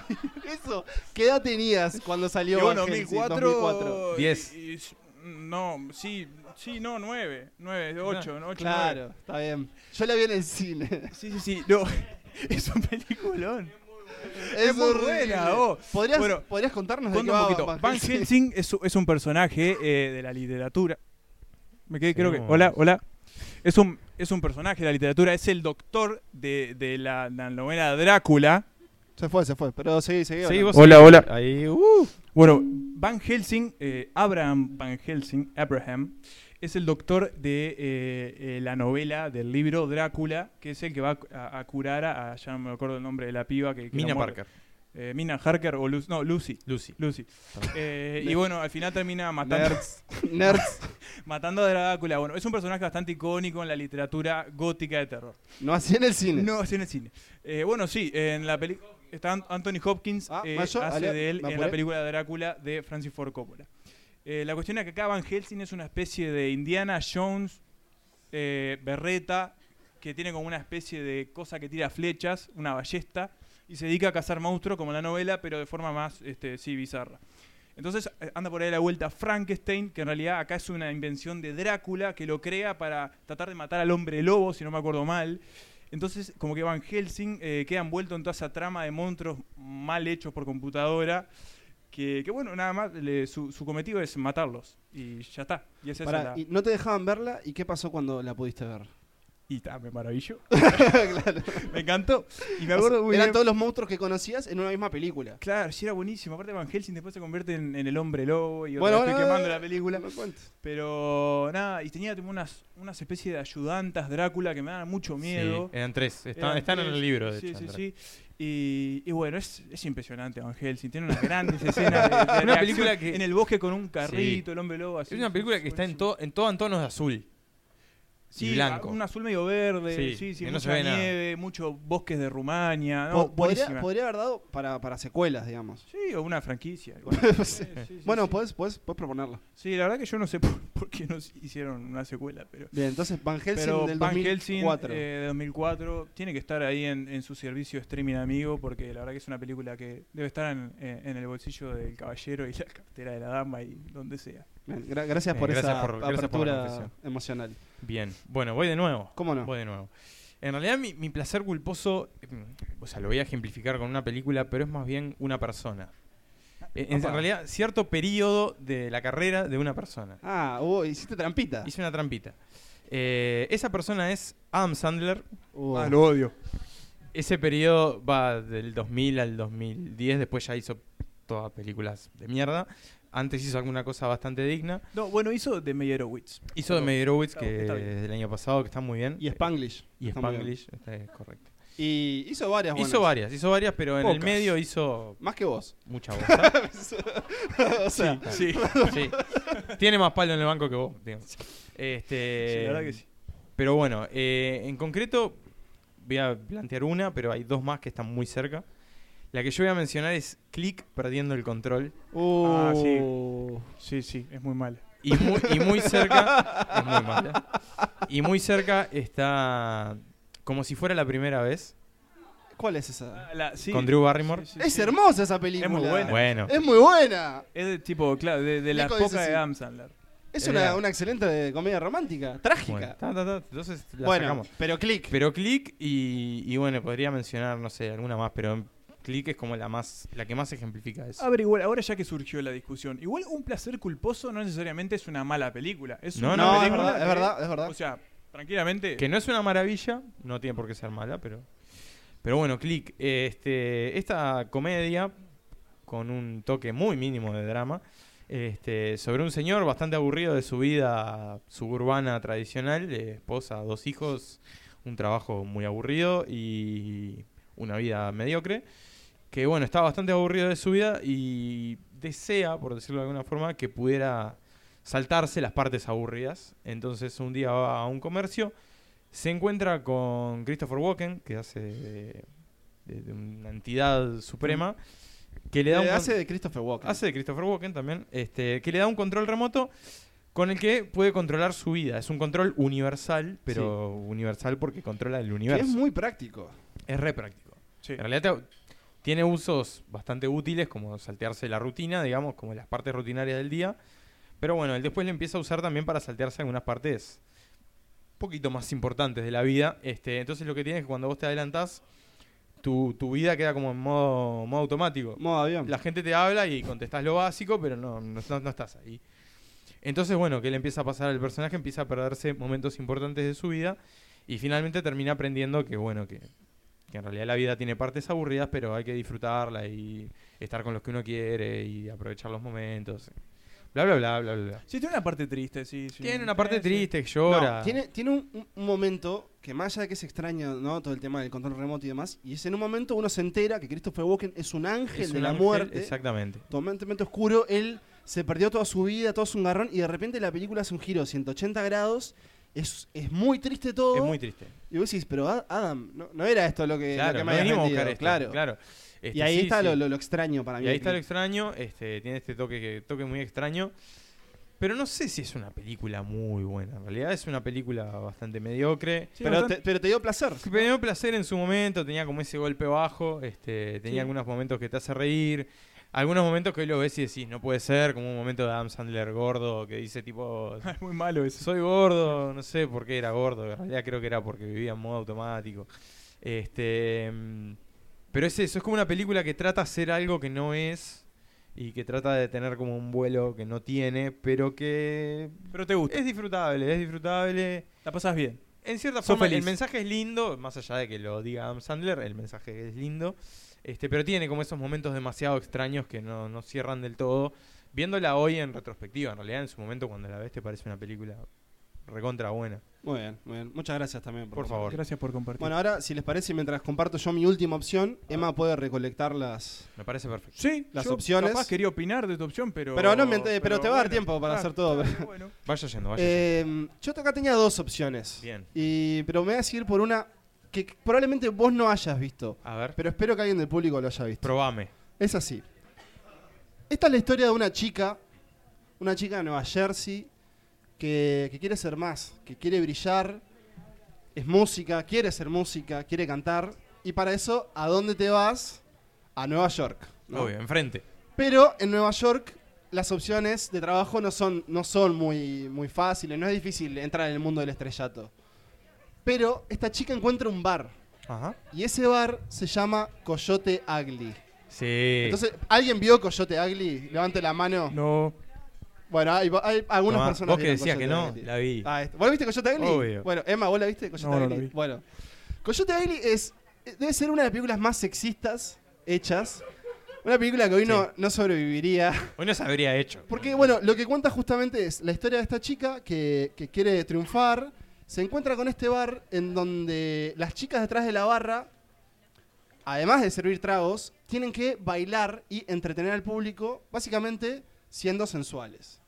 Speaker 2: Eso, ¿qué edad tenías cuando salió
Speaker 3: y bueno,
Speaker 2: Van Helsing?
Speaker 3: 2004,
Speaker 2: 2004.
Speaker 1: Diez.
Speaker 3: y- y- no, sí, sí, no, 9, 9, 8, 8,
Speaker 2: Claro, está bien. Yo la vi en el cine.
Speaker 3: Sí, sí, sí, no. Es un peliculón.
Speaker 2: Es,
Speaker 3: muy
Speaker 2: horrible.
Speaker 3: buena, vos.
Speaker 2: ¿Podrías,
Speaker 3: Bueno,
Speaker 2: ¿Podrías contarnos de qué
Speaker 3: Cuento un
Speaker 2: va
Speaker 3: poquito.
Speaker 2: Van
Speaker 3: Van
Speaker 2: Helsing?
Speaker 3: Helsing es, es un personaje eh, de la literatura. Me quedé, creo que.
Speaker 1: Seguimos.
Speaker 3: Hola, hola. Es un, es un personaje de la literatura, es el doctor de, de la, la novela Drácula.
Speaker 2: Se fue, se fue, pero seguí, seguí.
Speaker 1: Sí,
Speaker 2: hablando.
Speaker 1: vos
Speaker 3: Hola,
Speaker 1: sí.
Speaker 3: hola.
Speaker 1: Ahí, uh.
Speaker 3: Bueno, Van Helsing, eh, Abraham Van Helsing, Abraham, es el doctor de eh, eh, la novela, del libro Drácula, que es el que va a, a curar a, a- Ya no me acuerdo el nombre de la piba que. que
Speaker 1: Mina
Speaker 3: la muerde.
Speaker 1: Parker.
Speaker 3: Eh, Mina Harker o Lucy. No, Lucy.
Speaker 1: Lucy.
Speaker 3: Lucy. Eh, y
Speaker 2: Nerds.
Speaker 3: bueno, al final termina matando.
Speaker 2: Nerds. Nerds.
Speaker 3: Matando a Drácula, bueno, es un personaje bastante icónico en la literatura gótica de terror.
Speaker 2: No así en el cine.
Speaker 3: No, es en el cine. Eh, bueno, sí, en la película está An- Anthony Hopkins,
Speaker 2: Ah,
Speaker 3: eh,
Speaker 2: mayo,
Speaker 3: hace
Speaker 2: ale-
Speaker 3: de él
Speaker 2: me
Speaker 3: en
Speaker 2: apuré.
Speaker 3: la película Drácula de Francis Ford Coppola. Eh, la cuestión es que acá Van Helsing es una especie de Indiana Jones eh, berreta que tiene como una especie de cosa que tira flechas, una ballesta, y se dedica a cazar monstruos como en la novela, pero de forma más, este, sí, bizarra. Entonces eh, anda por ahí la vuelta Frankenstein, que en realidad acá es una invención de Drácula que lo crea para tratar de matar al hombre lobo, si no me acuerdo mal. Entonces, como que Van Helsing eh, queda envuelto en toda esa trama de monstruos mal hechos por computadora. Que, que bueno, nada más, le- su, su cometido es matarlos. Y ya está. Y esa es
Speaker 2: Pará,
Speaker 3: la-
Speaker 2: y no te dejaban verla, ¿y qué pasó cuando la pudiste ver?
Speaker 3: Y ta, me maravillo.
Speaker 2: Claro.
Speaker 3: Me encantó. Y me acuerdo muy
Speaker 2: Eran
Speaker 3: bien-
Speaker 2: todos los monstruos que conocías en una misma película.
Speaker 3: Claro, sí, era buenísimo. Aparte, Van Helsing después se convierte en, en el hombre lobo y
Speaker 2: Bueno,
Speaker 3: bueno, estoy
Speaker 2: bueno,
Speaker 3: quemando
Speaker 2: bueno,
Speaker 3: la película.
Speaker 2: no cuentes.
Speaker 3: Pero nada, y tenía tipo unas, unas especies de ayudantas Drácula que me daban mucho miedo.
Speaker 1: Sí, eran tres. Está-
Speaker 3: Eran
Speaker 1: están en
Speaker 3: tres.
Speaker 1: el libro, de
Speaker 3: sí,
Speaker 1: hecho,
Speaker 3: Sí,
Speaker 1: eran
Speaker 3: sí, Y, y bueno, es, es impresionante Van Helsing. Tiene unas grandes escenas de, de reacción
Speaker 1: película que-
Speaker 3: En el bosque con un carrito, el hombre lobo.
Speaker 1: tres.
Speaker 3: Así,
Speaker 1: Es una película que está en, todo en todo en tonos de azul.
Speaker 3: sí,
Speaker 1: y blanco.
Speaker 3: Un azul medio verde, sí,
Speaker 1: Sí,
Speaker 3: sí,
Speaker 1: que no se
Speaker 3: mucha
Speaker 1: ve nada.
Speaker 3: nieve, muchos bosques de Rumania. No,
Speaker 2: Po- podría,
Speaker 3: buenísima.
Speaker 2: podría haber dado para, para secuelas, digamos.
Speaker 3: Sí, o una franquicia. algo
Speaker 2: Sí.
Speaker 3: así. Sí, sí, sí,
Speaker 2: bueno,
Speaker 3: sí.
Speaker 2: Puedes, puedes, puedes proponerlo.
Speaker 3: Sí, la verdad que yo no sé por, por qué nos hicieron una secuela, pero.
Speaker 2: Bien, entonces Van Helsing
Speaker 3: Pero
Speaker 2: del
Speaker 3: Van
Speaker 2: 2004.
Speaker 3: Helsing eh, de 2004 tiene que estar ahí en, en su servicio streaming amigo porque la verdad que es una película que debe estar en, eh, en el bolsillo del caballero y la cartera de la dama y donde sea.
Speaker 2: Bien, gra- gracias
Speaker 1: Eh,
Speaker 2: por
Speaker 1: gracias
Speaker 2: esa
Speaker 1: por- gracias por la
Speaker 2: apertura
Speaker 1: confesión.
Speaker 2: emocional.
Speaker 1: Bien. Bueno, voy de nuevo.
Speaker 2: ¿Cómo no?
Speaker 1: Voy de nuevo. En realidad, mi, mi placer culposo, mm, o sea, lo voy a ejemplificar con una película, pero es más bien una persona. Eh, En,
Speaker 2: Opa.
Speaker 1: realidad, cierto periodo de la carrera de una persona.
Speaker 2: Ah, hubo- hiciste trampita.
Speaker 1: Hice una trampita. Eh, esa persona es Adam Sandler.
Speaker 2: Hubo-
Speaker 3: odio.
Speaker 1: Ese periodo va del 2000 al 2010. Después ya hizo todas películas de mierda. Antes hizo alguna cosa bastante digna.
Speaker 3: No, bueno, hizo de Meyerowitz.
Speaker 1: Hizo de
Speaker 3: Pero-
Speaker 1: Meyerowitz,
Speaker 3: está-
Speaker 1: que
Speaker 3: está bien.
Speaker 1: es del año pasado, que está muy bien.
Speaker 2: Y Spanglish.
Speaker 1: Y
Speaker 2: Está muy bien.
Speaker 1: Spanglish, está es correcto.
Speaker 2: Y hizo varias buenas.
Speaker 1: Hizo varias, hizo varias, pero en el
Speaker 3: Ah, Pocas.
Speaker 1: medio hizo
Speaker 2: Más que vos.
Speaker 1: mucha bosta.
Speaker 2: o sea,
Speaker 3: Sí,
Speaker 1: Sí. Tiene más palo en el banco que vos, digamos. Este,
Speaker 3: Sí, la verdad que sí.
Speaker 1: Pero bueno, eh, en concreto voy a plantear una, pero hay dos más que están muy cerca. La que yo voy a mencionar es Click perdiendo el control.
Speaker 3: Ah, sí.
Speaker 2: Uh,
Speaker 3: sí, sí, es muy mal.
Speaker 1: Y muy, y muy cerca. es muy mala. Y muy cerca está. Como si fuera la primera vez.
Speaker 2: ¿Cuál es esa?
Speaker 1: Con Drew Barrymore.
Speaker 2: es hermosa esa película.
Speaker 3: Es muy buena.
Speaker 1: Bueno.
Speaker 2: Es muy buena.
Speaker 3: Es de tipo, claro, de, de las
Speaker 2: Nico dice
Speaker 3: pocas
Speaker 2: sí.
Speaker 3: de Adam Sandler.
Speaker 2: Es
Speaker 1: Es
Speaker 2: una,
Speaker 1: verdad.
Speaker 2: una excelente comedia romántica.
Speaker 1: Bueno,
Speaker 2: Trágica.
Speaker 1: ta, ta, ta, entonces la
Speaker 2: Bueno,
Speaker 1: sacamos.
Speaker 2: pero click.
Speaker 1: Pero Click y, y bueno, podría mencionar, no sé, alguna más, pero Click es como la más la que más ejemplifica eso.
Speaker 3: A ver, igual, ahora ya que surgió la discusión, igual un placer culposo no necesariamente es una mala película. Es
Speaker 1: No,
Speaker 3: una
Speaker 1: no,
Speaker 2: no, es
Speaker 3: película
Speaker 2: verdad,
Speaker 3: que-
Speaker 2: es verdad, es verdad.
Speaker 3: O sea, tranquilamente.
Speaker 1: Que no es una maravilla, no tiene por qué ser mala, pero. Pero bueno, Click. eh, este, esta comedia, con un toque muy mínimo de drama, este, sobre un señor bastante aburrido de su vida suburbana tradicional, eh, esposa, dos hijos, un trabajo muy aburrido y una vida mediocre. Que bueno, está bastante aburrido de su vida y desea, por decirlo de alguna forma, que pudiera saltarse las partes aburridas. Entonces un día va a un comercio, se encuentra con Christopher Walken, que hace de, de- de una entidad suprema, que le da
Speaker 2: Eh,
Speaker 1: un...
Speaker 2: hace de Christopher Walken.
Speaker 1: Hace de Christopher Walken también, este, que le da un control remoto con el que puede controlar su vida. Es un control universal, pero universal porque controla el
Speaker 2: que
Speaker 1: universo.
Speaker 2: es
Speaker 1: Es,
Speaker 2: muy práctico.
Speaker 1: re práctico.
Speaker 3: Sí.
Speaker 1: En realidad te- tiene usos bastante útiles, como saltearse la rutina, digamos, como las partes rutinarias del día. Pero bueno, él después lo empieza a usar también para saltearse algunas partes un poquito más importantes de la vida. Este, entonces lo que tiene es que cuando vos te adelantás, tu, tu vida queda como en modo, modo automático.
Speaker 2: Modo avión.
Speaker 1: La gente te habla y contestás lo básico, pero no, no, no- no estás ahí. Entonces, bueno, ¿qué le empieza a pasar al personaje? Empieza a perderse momentos importantes de su vida y finalmente termina aprendiendo que, bueno, que, que en realidad la vida tiene partes aburridas, pero hay que disfrutarla y estar con los que uno quiere y aprovechar los momentos. Bla, bla, bla, bla, bla. bla.
Speaker 3: Sí, tiene una parte triste, sí. sí.
Speaker 1: Tiene una parte
Speaker 3: Sí, sí.
Speaker 1: triste que
Speaker 2: No,
Speaker 1: llora.
Speaker 2: tiene tiene un, un- un momento que más allá de que es extraño, ¿no? Todo el tema del control remoto y demás. Y es en un momento uno se entera que Christopher Walken es un ángel
Speaker 1: Es
Speaker 2: de
Speaker 1: un
Speaker 2: la
Speaker 1: ángel,
Speaker 2: muerte.
Speaker 1: Exactamente.
Speaker 2: Totalmente oscuro. Él se perdió toda su vida, todo es un garrón. Y de repente la película hace un giro de 180 grados. Es, es muy triste todo.
Speaker 1: Es muy triste.
Speaker 2: Y vos decís, pero Ad- Adam, no, no era esto lo que, lo
Speaker 1: Claro,
Speaker 2: que
Speaker 1: no
Speaker 2: me habías
Speaker 1: venimos a
Speaker 2: vendido,
Speaker 1: buscar esto,
Speaker 2: claro.
Speaker 1: claro. Este,
Speaker 2: y ahí
Speaker 1: sí,
Speaker 2: está
Speaker 1: sí.
Speaker 2: Lo, lo- lo extraño para mí.
Speaker 1: Y ahí está lo extraño, este, tiene este toque, que- toque muy extraño. Pero no sé si es una película muy buena. En realidad es una película bastante mediocre.
Speaker 3: Sí,
Speaker 2: pero,
Speaker 3: bastante-
Speaker 2: te, pero te dio placer.
Speaker 1: Que Me dio placer en su momento, tenía como ese golpe bajo, este, tenía
Speaker 3: Sí.
Speaker 1: algunos momentos que te hace reír, algunos momentos que hoy lo ves y decís, no puede ser, como un momento de Adam Sandler gordo que dice tipo,
Speaker 3: Es muy malo eso.
Speaker 1: soy gordo, no sé por qué era gordo, en realidad creo que era porque vivía en modo automático. Este, mm, pero es eso, es como una película que trata de ser algo que no es y que trata de tener como un vuelo que no tiene, pero que
Speaker 3: Pero te gusta.
Speaker 1: es disfrutable, es disfrutable.
Speaker 3: La pasas bien.
Speaker 1: en cierta
Speaker 3: Sos
Speaker 1: forma, el
Speaker 3: feliz.
Speaker 1: mensaje es lindo, más allá de que lo diga Adam Sandler, el mensaje es lindo. Este, pero tiene como esos momentos demasiado extraños que no, no cierran del todo. Viéndola hoy en retrospectiva, en realidad en su momento cuando la ves te parece una película recontra buena.
Speaker 2: Muy bien, muy bien. Muchas gracias también.
Speaker 1: Por favor.
Speaker 3: Gracias por compartir.
Speaker 2: Bueno, ahora, si les parece, mientras comparto yo mi última opción, Emma puede recolectar las.
Speaker 1: Me parece perfecto.
Speaker 3: sí,
Speaker 2: las
Speaker 3: yo
Speaker 2: opciones.
Speaker 3: Capaz quería opinar de tu opción, pero.
Speaker 2: Pero no me ent- pero te va a dar tiempo para
Speaker 3: ah,
Speaker 2: hacer todo.
Speaker 3: está bien, bueno.
Speaker 1: Vaya yendo, vaya yendo.
Speaker 2: Eh, yo acá tenía dos opciones.
Speaker 1: Bien.
Speaker 2: Y, pero me voy a seguir por una que probablemente vos no hayas visto.
Speaker 1: A ver,
Speaker 2: Pero espero que alguien del público lo haya visto.
Speaker 1: probame.
Speaker 2: Es así. Esta es la historia de una chica, una chica de Nueva Jersey, que, que quiere ser más, que quiere brillar, es música, quiere ser música, quiere cantar. Y para eso, ¿a dónde te vas? A Nueva York. ¿no?
Speaker 1: Obvio, enfrente.
Speaker 2: Pero en Nueva York las opciones de trabajo no son, no son muy, muy fáciles, no es difícil entrar en el mundo del estrellato. Pero esta chica encuentra un bar,
Speaker 1: Ajá.
Speaker 2: y ese bar se llama Coyote Ugly.
Speaker 1: Sí.
Speaker 2: Entonces, ¿alguien vio Coyote Ugly? Levante la mano.
Speaker 3: No.
Speaker 2: Bueno, hay, hay algunas
Speaker 1: Tomá,
Speaker 2: personas
Speaker 1: vos que
Speaker 2: vieron
Speaker 1: decías que no,
Speaker 2: Coyote Ugly.
Speaker 1: la vi.
Speaker 2: Ah, esto. ¿Vos viste Coyote Ugly?
Speaker 1: Obvio.
Speaker 2: Bueno, Emma, ¿vos la viste Coyote
Speaker 3: No, no
Speaker 2: Ugly?
Speaker 3: la vi.
Speaker 2: Bueno, Coyote Ugly es, debe ser una de las películas más sexistas hechas. Una película que hoy no,
Speaker 1: Sí.
Speaker 2: no sobreviviría.
Speaker 1: Hoy no se habría hecho.
Speaker 2: Porque, bueno, lo que cuenta justamente es la historia de esta chica que, que quiere triunfar. Se encuentra con este bar en donde las chicas detrás de la barra, además de servir tragos, tienen que bailar y entretener al público, básicamente siendo sensuales.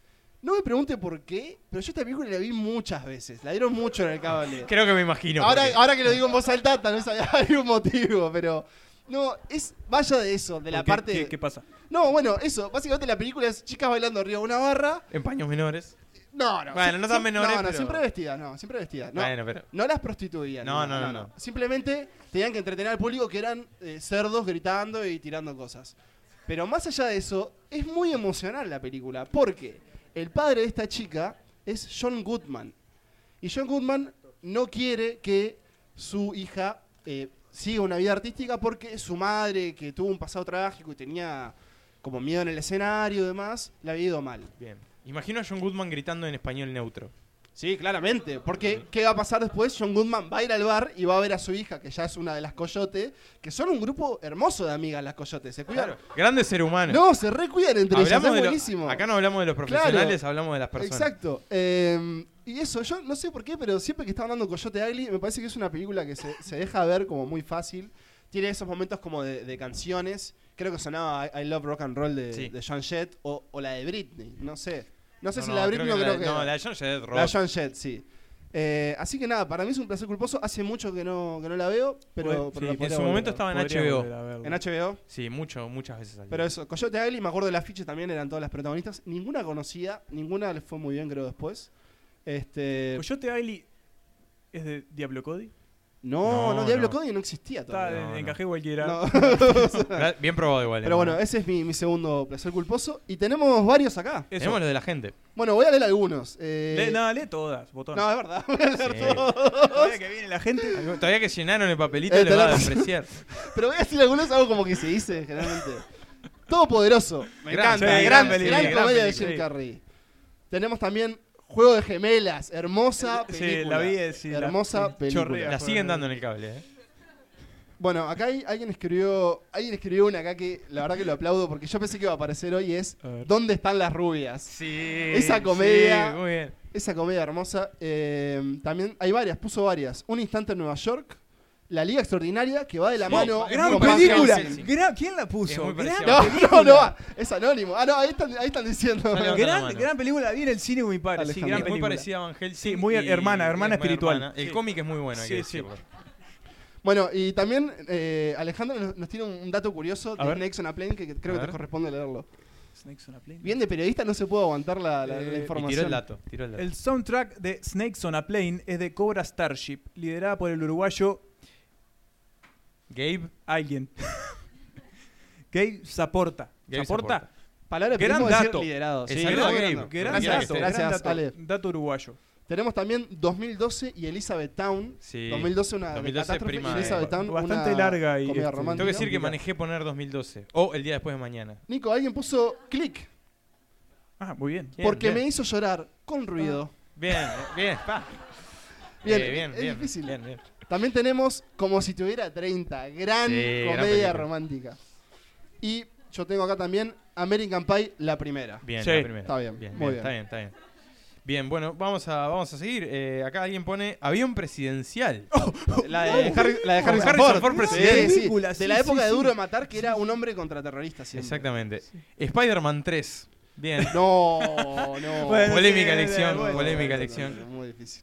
Speaker 2: No me pregunte por qué, pero yo esta película la vi muchas veces. La dieron mucho en el cable.
Speaker 1: Creo que me imagino.
Speaker 2: ahora,
Speaker 1: porque-
Speaker 2: ahora que lo digo en voz alta, tal vez haya- hay un motivo, pero. No, es. Vaya de eso, de la
Speaker 3: ¿Por qué?
Speaker 2: parte.
Speaker 3: ¿Qué, qué pasa?
Speaker 2: No, bueno, eso. Básicamente la película es chicas bailando arriba de una barra.
Speaker 1: En paños menores.
Speaker 2: No, no.
Speaker 1: Bueno,
Speaker 2: sí-
Speaker 1: no tan
Speaker 2: sí-
Speaker 1: menores,
Speaker 2: No, no,
Speaker 1: pero-
Speaker 2: siempre vestidas, no, siempre vestidas. No,
Speaker 1: Bueno, pero.
Speaker 2: no las prostituían.
Speaker 1: No, no, no, no.
Speaker 2: Simplemente tenían que entretener al público que eran eh, cerdos gritando y tirando cosas. Pero más allá de eso, es muy emocional la película, porque el padre de esta chica es John Goodman. Y John Goodman no quiere que su hija eh, siga una vida artística porque su madre, que tuvo un pasado trágico y tenía como miedo en el escenario y demás, le había ido mal.
Speaker 1: Bien. Imagino a John Goodman gritando en español neutro.
Speaker 2: Sí, claramente. Porque, ¿qué va a pasar después? John Goodman va a ir al bar y va a ver a su hija, que ya es una de las coyotes, que son un grupo hermoso de amigas las coyotes. Se cuidan.
Speaker 1: Grande ser humano.
Speaker 2: No, se recuidan entre ellas. Es
Speaker 1: de lo-
Speaker 2: buenísimo.
Speaker 1: acá no hablamos de los profesionales, hablamos de las personas.
Speaker 2: Exacto. Eh, y eso, yo no sé por qué, pero siempre que está hablando Coyote Ugly, me parece que es una película que se, se deja ver como muy fácil. Tiene esos momentos como de, de canciones. Creo que sonaba I, I Love Rock and Roll de,
Speaker 1: Sí.
Speaker 2: de John Jett o, o la de Britney. No sé. No sé
Speaker 1: No,
Speaker 2: si
Speaker 1: no,
Speaker 2: la de
Speaker 1: creo
Speaker 2: Britney
Speaker 1: que
Speaker 2: o
Speaker 1: la-
Speaker 2: creo que.
Speaker 1: No, la de John Jett,
Speaker 2: La
Speaker 1: Rob.
Speaker 2: John Jett, sí. Eh, así que nada, para mí es un placer culposo. Hace mucho que no, que no la veo, pero,
Speaker 3: Bueno,
Speaker 2: pero
Speaker 3: sí,
Speaker 2: la
Speaker 3: en
Speaker 2: podría
Speaker 1: su
Speaker 2: volver a
Speaker 1: momento
Speaker 2: ver.
Speaker 1: estaba en
Speaker 3: Podría
Speaker 1: HBO.
Speaker 3: volver a verlo.
Speaker 2: en HBO.
Speaker 1: Sí, mucho, muchas veces salió.
Speaker 2: Pero eso, Coyote Ugly, me acuerdo de las fichas también, eran todas las protagonistas. Ninguna conocía, ninguna le fue muy bien, creo, después. Este,
Speaker 3: Coyote Ugly es de Diablo Cody.
Speaker 2: no, no,
Speaker 1: No,
Speaker 2: Diablo
Speaker 1: no.
Speaker 2: Cody no existía
Speaker 3: Está,
Speaker 2: todavía.
Speaker 1: no, no.
Speaker 3: encajé cualquiera.
Speaker 2: No.
Speaker 1: Gra- Bien probado igual. eh.
Speaker 2: Pero
Speaker 1: ¿no?
Speaker 2: bueno, ese es mi, mi segundo placer culposo. Y tenemos varios acá.
Speaker 3: Eso.
Speaker 1: tenemos lo de la gente.
Speaker 2: Bueno, voy a leer algunos. Eh,
Speaker 3: Lee- no, lee todas, botón.
Speaker 2: no, es verdad. voy a leer
Speaker 1: Sí.
Speaker 2: todos.
Speaker 3: Todavía que viene la gente.
Speaker 1: Algo- Todavía que llenaron el papelito
Speaker 2: Eh,
Speaker 1: le va a
Speaker 2: tenés-
Speaker 1: despreciar.
Speaker 2: Pero voy a decir algunos, algo como que se dice generalmente. Todopoderoso. Me
Speaker 1: Gran-
Speaker 2: encanta.
Speaker 1: sí,
Speaker 2: gran,
Speaker 1: gran película,
Speaker 2: gran
Speaker 1: gran
Speaker 2: comedia de
Speaker 3: película,
Speaker 2: Jim
Speaker 3: sí.
Speaker 2: Carrey. Tenemos también Juego de Gemelas. Hermosa
Speaker 3: Sí,
Speaker 2: película.
Speaker 3: la vi, sí, la-
Speaker 2: hermosa
Speaker 3: sí,
Speaker 2: película.
Speaker 3: chorrea.
Speaker 1: La siguen dando en el cable, ¿eh?
Speaker 2: Bueno, acá hay, alguien escribió alguien escribió una acá que la verdad que lo aplaudo porque yo pensé que iba a aparecer hoy es
Speaker 3: A ver.
Speaker 2: ¿Dónde están las rubias?
Speaker 1: Sí.
Speaker 2: Esa comedia-
Speaker 1: Sí, muy bien.
Speaker 2: Esa comedia hermosa. eh, también hay varias, puso varias. Un instante en Nueva York. La Liga Extraordinaria que va de la
Speaker 1: Sí,
Speaker 2: mano.
Speaker 1: gran
Speaker 2: con Van
Speaker 1: película.
Speaker 2: Helsing.
Speaker 3: Gran- ¿Quién la
Speaker 1: Es muy parecida.
Speaker 2: No, no, no, va. es anónimo. Ah, no, ahí están, ahí están diciendo.
Speaker 1: Sale otra.
Speaker 3: Gran,
Speaker 1: mano.
Speaker 3: gran película, vi en el cine con mi padre. Sí,
Speaker 2: Alejandro.
Speaker 3: gran
Speaker 1: Es muy
Speaker 3: película.
Speaker 1: parecida a Van Helsing.
Speaker 3: Sí, muy her-
Speaker 1: y-
Speaker 3: hermana,
Speaker 1: y es
Speaker 3: hermana
Speaker 1: muy
Speaker 3: espiritual.
Speaker 1: El
Speaker 3: Sí.
Speaker 1: cómic es muy bueno, hay que
Speaker 3: Sí, sí.
Speaker 1: decirlo.
Speaker 2: Bueno, y también eh, Alejandro nos, nos tiene un dato curioso
Speaker 3: A
Speaker 2: de
Speaker 3: ver.
Speaker 2: Snakes on a Plane que, que creo
Speaker 1: A
Speaker 2: que te
Speaker 1: ver.
Speaker 2: corresponde leerlo.
Speaker 3: Snakes on a Plane.
Speaker 2: Bien de periodista no se pudo aguantar la, la- la
Speaker 3: Eh, y tiró
Speaker 1: Y tiró
Speaker 2: información.
Speaker 1: el dato, tiró el dato.
Speaker 3: El soundtrack de Snakes on a Plane es de Cobra Starship, liderada por el uruguayo
Speaker 1: Gabe,
Speaker 3: alguien. Gabe Saporta.
Speaker 1: Gabe
Speaker 3: Saporta.
Speaker 2: Palabra de
Speaker 3: Gran
Speaker 2: periodismo de
Speaker 3: dato.
Speaker 2: ser liderado.
Speaker 1: Es
Speaker 2: sí,
Speaker 1: algo
Speaker 2: gran
Speaker 1: de
Speaker 2: dato.
Speaker 1: Gabe.
Speaker 3: Gran
Speaker 2: Gracias,
Speaker 3: dato, gran
Speaker 2: gracias,
Speaker 3: dato,
Speaker 2: Ale.
Speaker 3: dato uruguayo.
Speaker 2: Tenemos también 2012 y Elizabeth Town.
Speaker 1: sí.
Speaker 2: 2012 una
Speaker 1: 2012
Speaker 2: catástrofe
Speaker 1: prima
Speaker 2: y
Speaker 1: de-
Speaker 2: Elizabeth Town,
Speaker 3: bastante
Speaker 2: una
Speaker 3: larga y,
Speaker 2: comedia
Speaker 3: este,
Speaker 2: romántica.
Speaker 1: Tengo que decir que
Speaker 3: Mira.
Speaker 1: manejé poner 2012. O el día después de mañana.
Speaker 2: Nico, alguien puso click
Speaker 3: Ah, muy bien.
Speaker 1: Bien,
Speaker 2: porque
Speaker 1: bien.
Speaker 2: me hizo llorar con ruido.
Speaker 1: Bien, bien. pa.
Speaker 2: Bien,
Speaker 1: Eh, bien,
Speaker 2: es
Speaker 1: bien,
Speaker 2: difícil.
Speaker 1: bien, bien.
Speaker 2: También tenemos Como si tuviera 30, gran
Speaker 1: Sí, gran
Speaker 2: comedia
Speaker 1: película.
Speaker 2: romántica. Y yo tengo acá también American Pie, la primera.
Speaker 1: Bien,
Speaker 3: Sí.
Speaker 1: la primera.
Speaker 2: Está bien, muy bien.
Speaker 1: Está bien, está bien. Bien, bueno, vamos a, vamos a seguir. Eh, acá alguien pone avión presidencial.
Speaker 2: Oh,
Speaker 1: la de, Harry- la de Harrison
Speaker 2: Harry
Speaker 1: Ford, presidente.
Speaker 2: Sí, sí,
Speaker 3: Película,
Speaker 2: De
Speaker 3: sí,
Speaker 2: la
Speaker 3: sí,
Speaker 2: época de
Speaker 3: sí.
Speaker 2: Duro de Matar, que era un hombre contra terrorista siempre.
Speaker 1: Exactamente. Spider-Man 3. Bien.
Speaker 2: No, no.
Speaker 3: Bueno,
Speaker 1: polémica
Speaker 3: sí,
Speaker 1: elección,
Speaker 3: bueno,
Speaker 1: polémica
Speaker 2: No, no,
Speaker 1: elección.
Speaker 2: no, no, Muy difícil.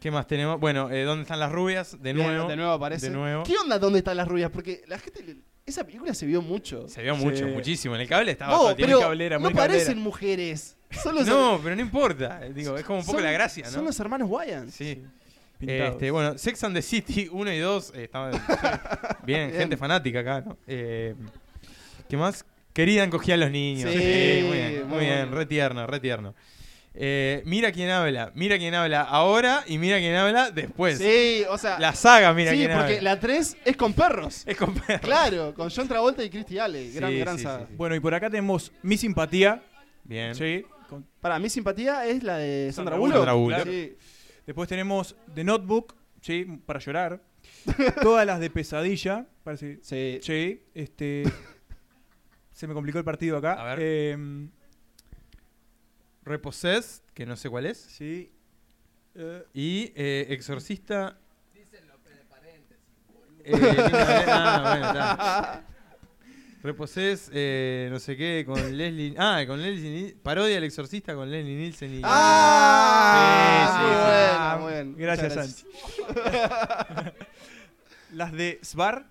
Speaker 1: ¿Qué más tenemos? Bueno, eh, ¿dónde están las rubias? De
Speaker 2: Bien,
Speaker 1: nuevo.
Speaker 2: de nuevo aparece.
Speaker 1: de nuevo.
Speaker 2: ¿Qué onda dónde están las rubias? Porque la gente. le- Esa película se vio mucho.
Speaker 1: Se vio
Speaker 3: Sí.
Speaker 1: mucho, muchísimo. En el cable estaba
Speaker 2: Oh,
Speaker 1: todo el tiempo.
Speaker 2: pero
Speaker 3: cablera,
Speaker 2: no
Speaker 3: muy cablera.
Speaker 2: parecen mujeres. Solo
Speaker 1: No, pero no importa. Digo, es como un poco
Speaker 2: son-
Speaker 1: la gracia, ¿no?
Speaker 2: Son los hermanos Wayans.
Speaker 1: Sí.
Speaker 3: Pintados.
Speaker 1: Este, bueno, Sex and the City 1 y 2. eh, estaban- bien,
Speaker 2: Bien.
Speaker 1: gente fanática acá, ¿no? Eh, ¿Qué más? Querida encogía a los niños.
Speaker 2: Sí,
Speaker 1: Eh, muy bien,
Speaker 2: muy
Speaker 1: muy bien,
Speaker 2: bueno.
Speaker 1: re tierno, re tierno. Eh, mira quién habla, mira quién habla ahora y mira quién habla después.
Speaker 2: Sí, o sea.
Speaker 1: La saga, pues. mira
Speaker 2: sí,
Speaker 1: quién
Speaker 2: porque
Speaker 1: habla.
Speaker 2: la 3 es con perros.
Speaker 1: Es con perros.
Speaker 2: Claro, con John Travolta y Christy Alley. Gran,
Speaker 1: Sí,
Speaker 2: gran
Speaker 1: sí,
Speaker 2: saga.
Speaker 1: sí,
Speaker 3: Bueno, y por acá tenemos Mi Simpatía.
Speaker 1: Bien.
Speaker 3: Sí. con-
Speaker 2: Para mí, simpatía es la de Sandra
Speaker 3: Sandra
Speaker 2: Bullock.
Speaker 1: Sandra Bullock.
Speaker 2: Sí.
Speaker 3: Después tenemos The Notebook. Sí, para llorar. Todas las de Pesadilla. Parece.
Speaker 2: Sí.
Speaker 3: Sí, este. se me complicó el partido acá.
Speaker 1: A ver.
Speaker 3: Eh,
Speaker 1: Repossessed, que no sé cuál es.
Speaker 3: sí. Eh,
Speaker 1: Y eh, Exorcista. Dicen López de paréntesis. ah, bueno, está. Repossessed, eh, no sé qué, con Leslie. Ah, con Leslie. Ni- Parodia del Exorcista con Leslie Nielsen y.
Speaker 2: Ah,
Speaker 3: sí,
Speaker 2: muy
Speaker 3: sí.
Speaker 2: bueno, muy bueno.
Speaker 3: Gracias,
Speaker 2: Muchas
Speaker 3: Santi. las de Svar.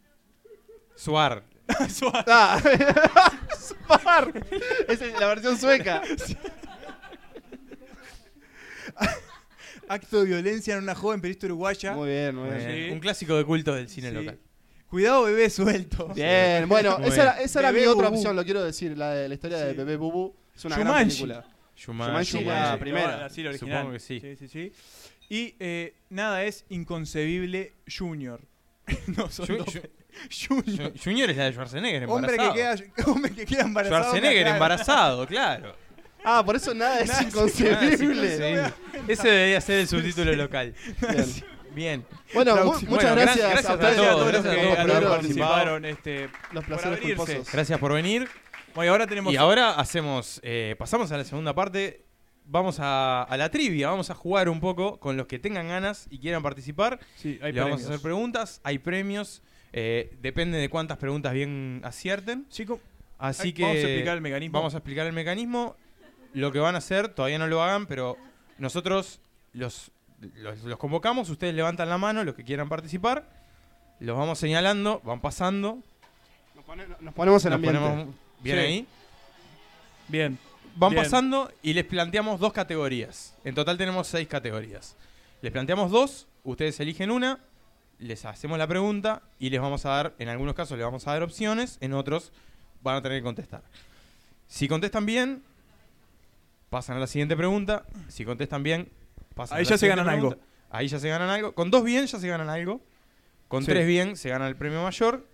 Speaker 1: Suar.
Speaker 3: Svar.
Speaker 2: Ah, Spar. Esa es la versión sueca.
Speaker 3: Acto de violencia en una joven periodista uruguaya.
Speaker 2: Muy bien, muy
Speaker 1: Muy
Speaker 2: bien.
Speaker 1: bien.
Speaker 3: Sí.
Speaker 1: eh, Un clásico de culto del cine
Speaker 3: Sí.
Speaker 1: local.
Speaker 3: Cuidado, bebé suelto.
Speaker 2: Bien, bueno,
Speaker 1: Muy
Speaker 2: esa era,
Speaker 1: bien.
Speaker 2: esa era mi
Speaker 3: Bebé
Speaker 2: otra
Speaker 3: Bubú.
Speaker 2: opción, lo quiero decir, la de la historia de
Speaker 3: Sí.
Speaker 2: Bebé Bubu. Es una gran
Speaker 3: Shumanji.
Speaker 2: película.
Speaker 1: Shumanji,
Speaker 2: Shumanji,
Speaker 1: Shumanji.
Speaker 2: la primera.
Speaker 3: Sí, la original.
Speaker 1: Supongo que sí.
Speaker 3: Sí, sí, sí. Y eh, nada es inconcebible Junior. no, son
Speaker 1: Ju-
Speaker 3: dos.
Speaker 1: Ju-
Speaker 3: Junior.
Speaker 1: Ju- Junior es la de Schwarzenegger
Speaker 3: Hombre
Speaker 1: embarazado.
Speaker 3: que, queda, hombre que queda embarazado.
Speaker 1: Schwarzenegger
Speaker 3: claro.
Speaker 1: embarazado, claro. Ah,
Speaker 2: Ah, por eso nada es
Speaker 3: Nada es
Speaker 2: inconcebible.
Speaker 1: Sí. Ese debería ser el subtítulo local.
Speaker 2: Bien.
Speaker 1: Bien.
Speaker 2: Bueno, mu-
Speaker 1: Traducción.
Speaker 2: muchas
Speaker 1: Bueno,
Speaker 2: gracias,
Speaker 1: gran- gracias
Speaker 2: a
Speaker 1: a
Speaker 2: ustedes y a
Speaker 1: todos,
Speaker 2: todos los
Speaker 1: gracias
Speaker 2: que
Speaker 1: a todos por haber
Speaker 2: compraron
Speaker 3: participaron. Este,
Speaker 2: los placeres
Speaker 3: abrirse.
Speaker 2: culposos.
Speaker 1: Gracias por venir.
Speaker 3: bueno, y ahora tenemos.
Speaker 1: Y ahora hacemos, eh, pasamos a la segunda parte. Vamos a, a la trivia, vamos a jugar un poco con los que tengan ganas y quieran participar.
Speaker 3: Sí,
Speaker 1: Le
Speaker 3: hay
Speaker 1: vamos a
Speaker 3: premios.
Speaker 1: hacer preguntas, hay premios, eh, depende de cuántas preguntas bien acierten.
Speaker 3: Sí, com-
Speaker 1: Así
Speaker 3: Ay,
Speaker 1: que
Speaker 3: vamos a explicar el mecanismo.
Speaker 1: vamos a explicar el mecanismo. Lo que van a hacer, todavía no lo hagan, pero nosotros los, los, los convocamos, ustedes levantan la mano, los que quieran participar, los vamos señalando, van pasando,
Speaker 2: Nos, pone- nos ponemos en
Speaker 1: nos
Speaker 2: ambiente.
Speaker 1: ponemos bien
Speaker 3: Sí.
Speaker 1: ahí.
Speaker 3: Bien.
Speaker 1: Van
Speaker 3: Bien.
Speaker 1: pasando y les planteamos dos categorías. En total tenemos seis categorías. Les planteamos dos, ustedes eligen una, les hacemos la pregunta y les vamos a dar, en algunos casos les vamos a dar opciones, en otros van a tener que contestar. Si contestan bien, pasan a la siguiente pregunta. Si contestan bien, pasan
Speaker 3: Ahí
Speaker 1: a la
Speaker 3: ya se
Speaker 1: siguiente
Speaker 3: ganan
Speaker 1: pregunta. Ahí ya se ganan algo. Con dos bien ya se ganan algo. Con
Speaker 3: Sí.
Speaker 1: tres bien se gana el premio mayor.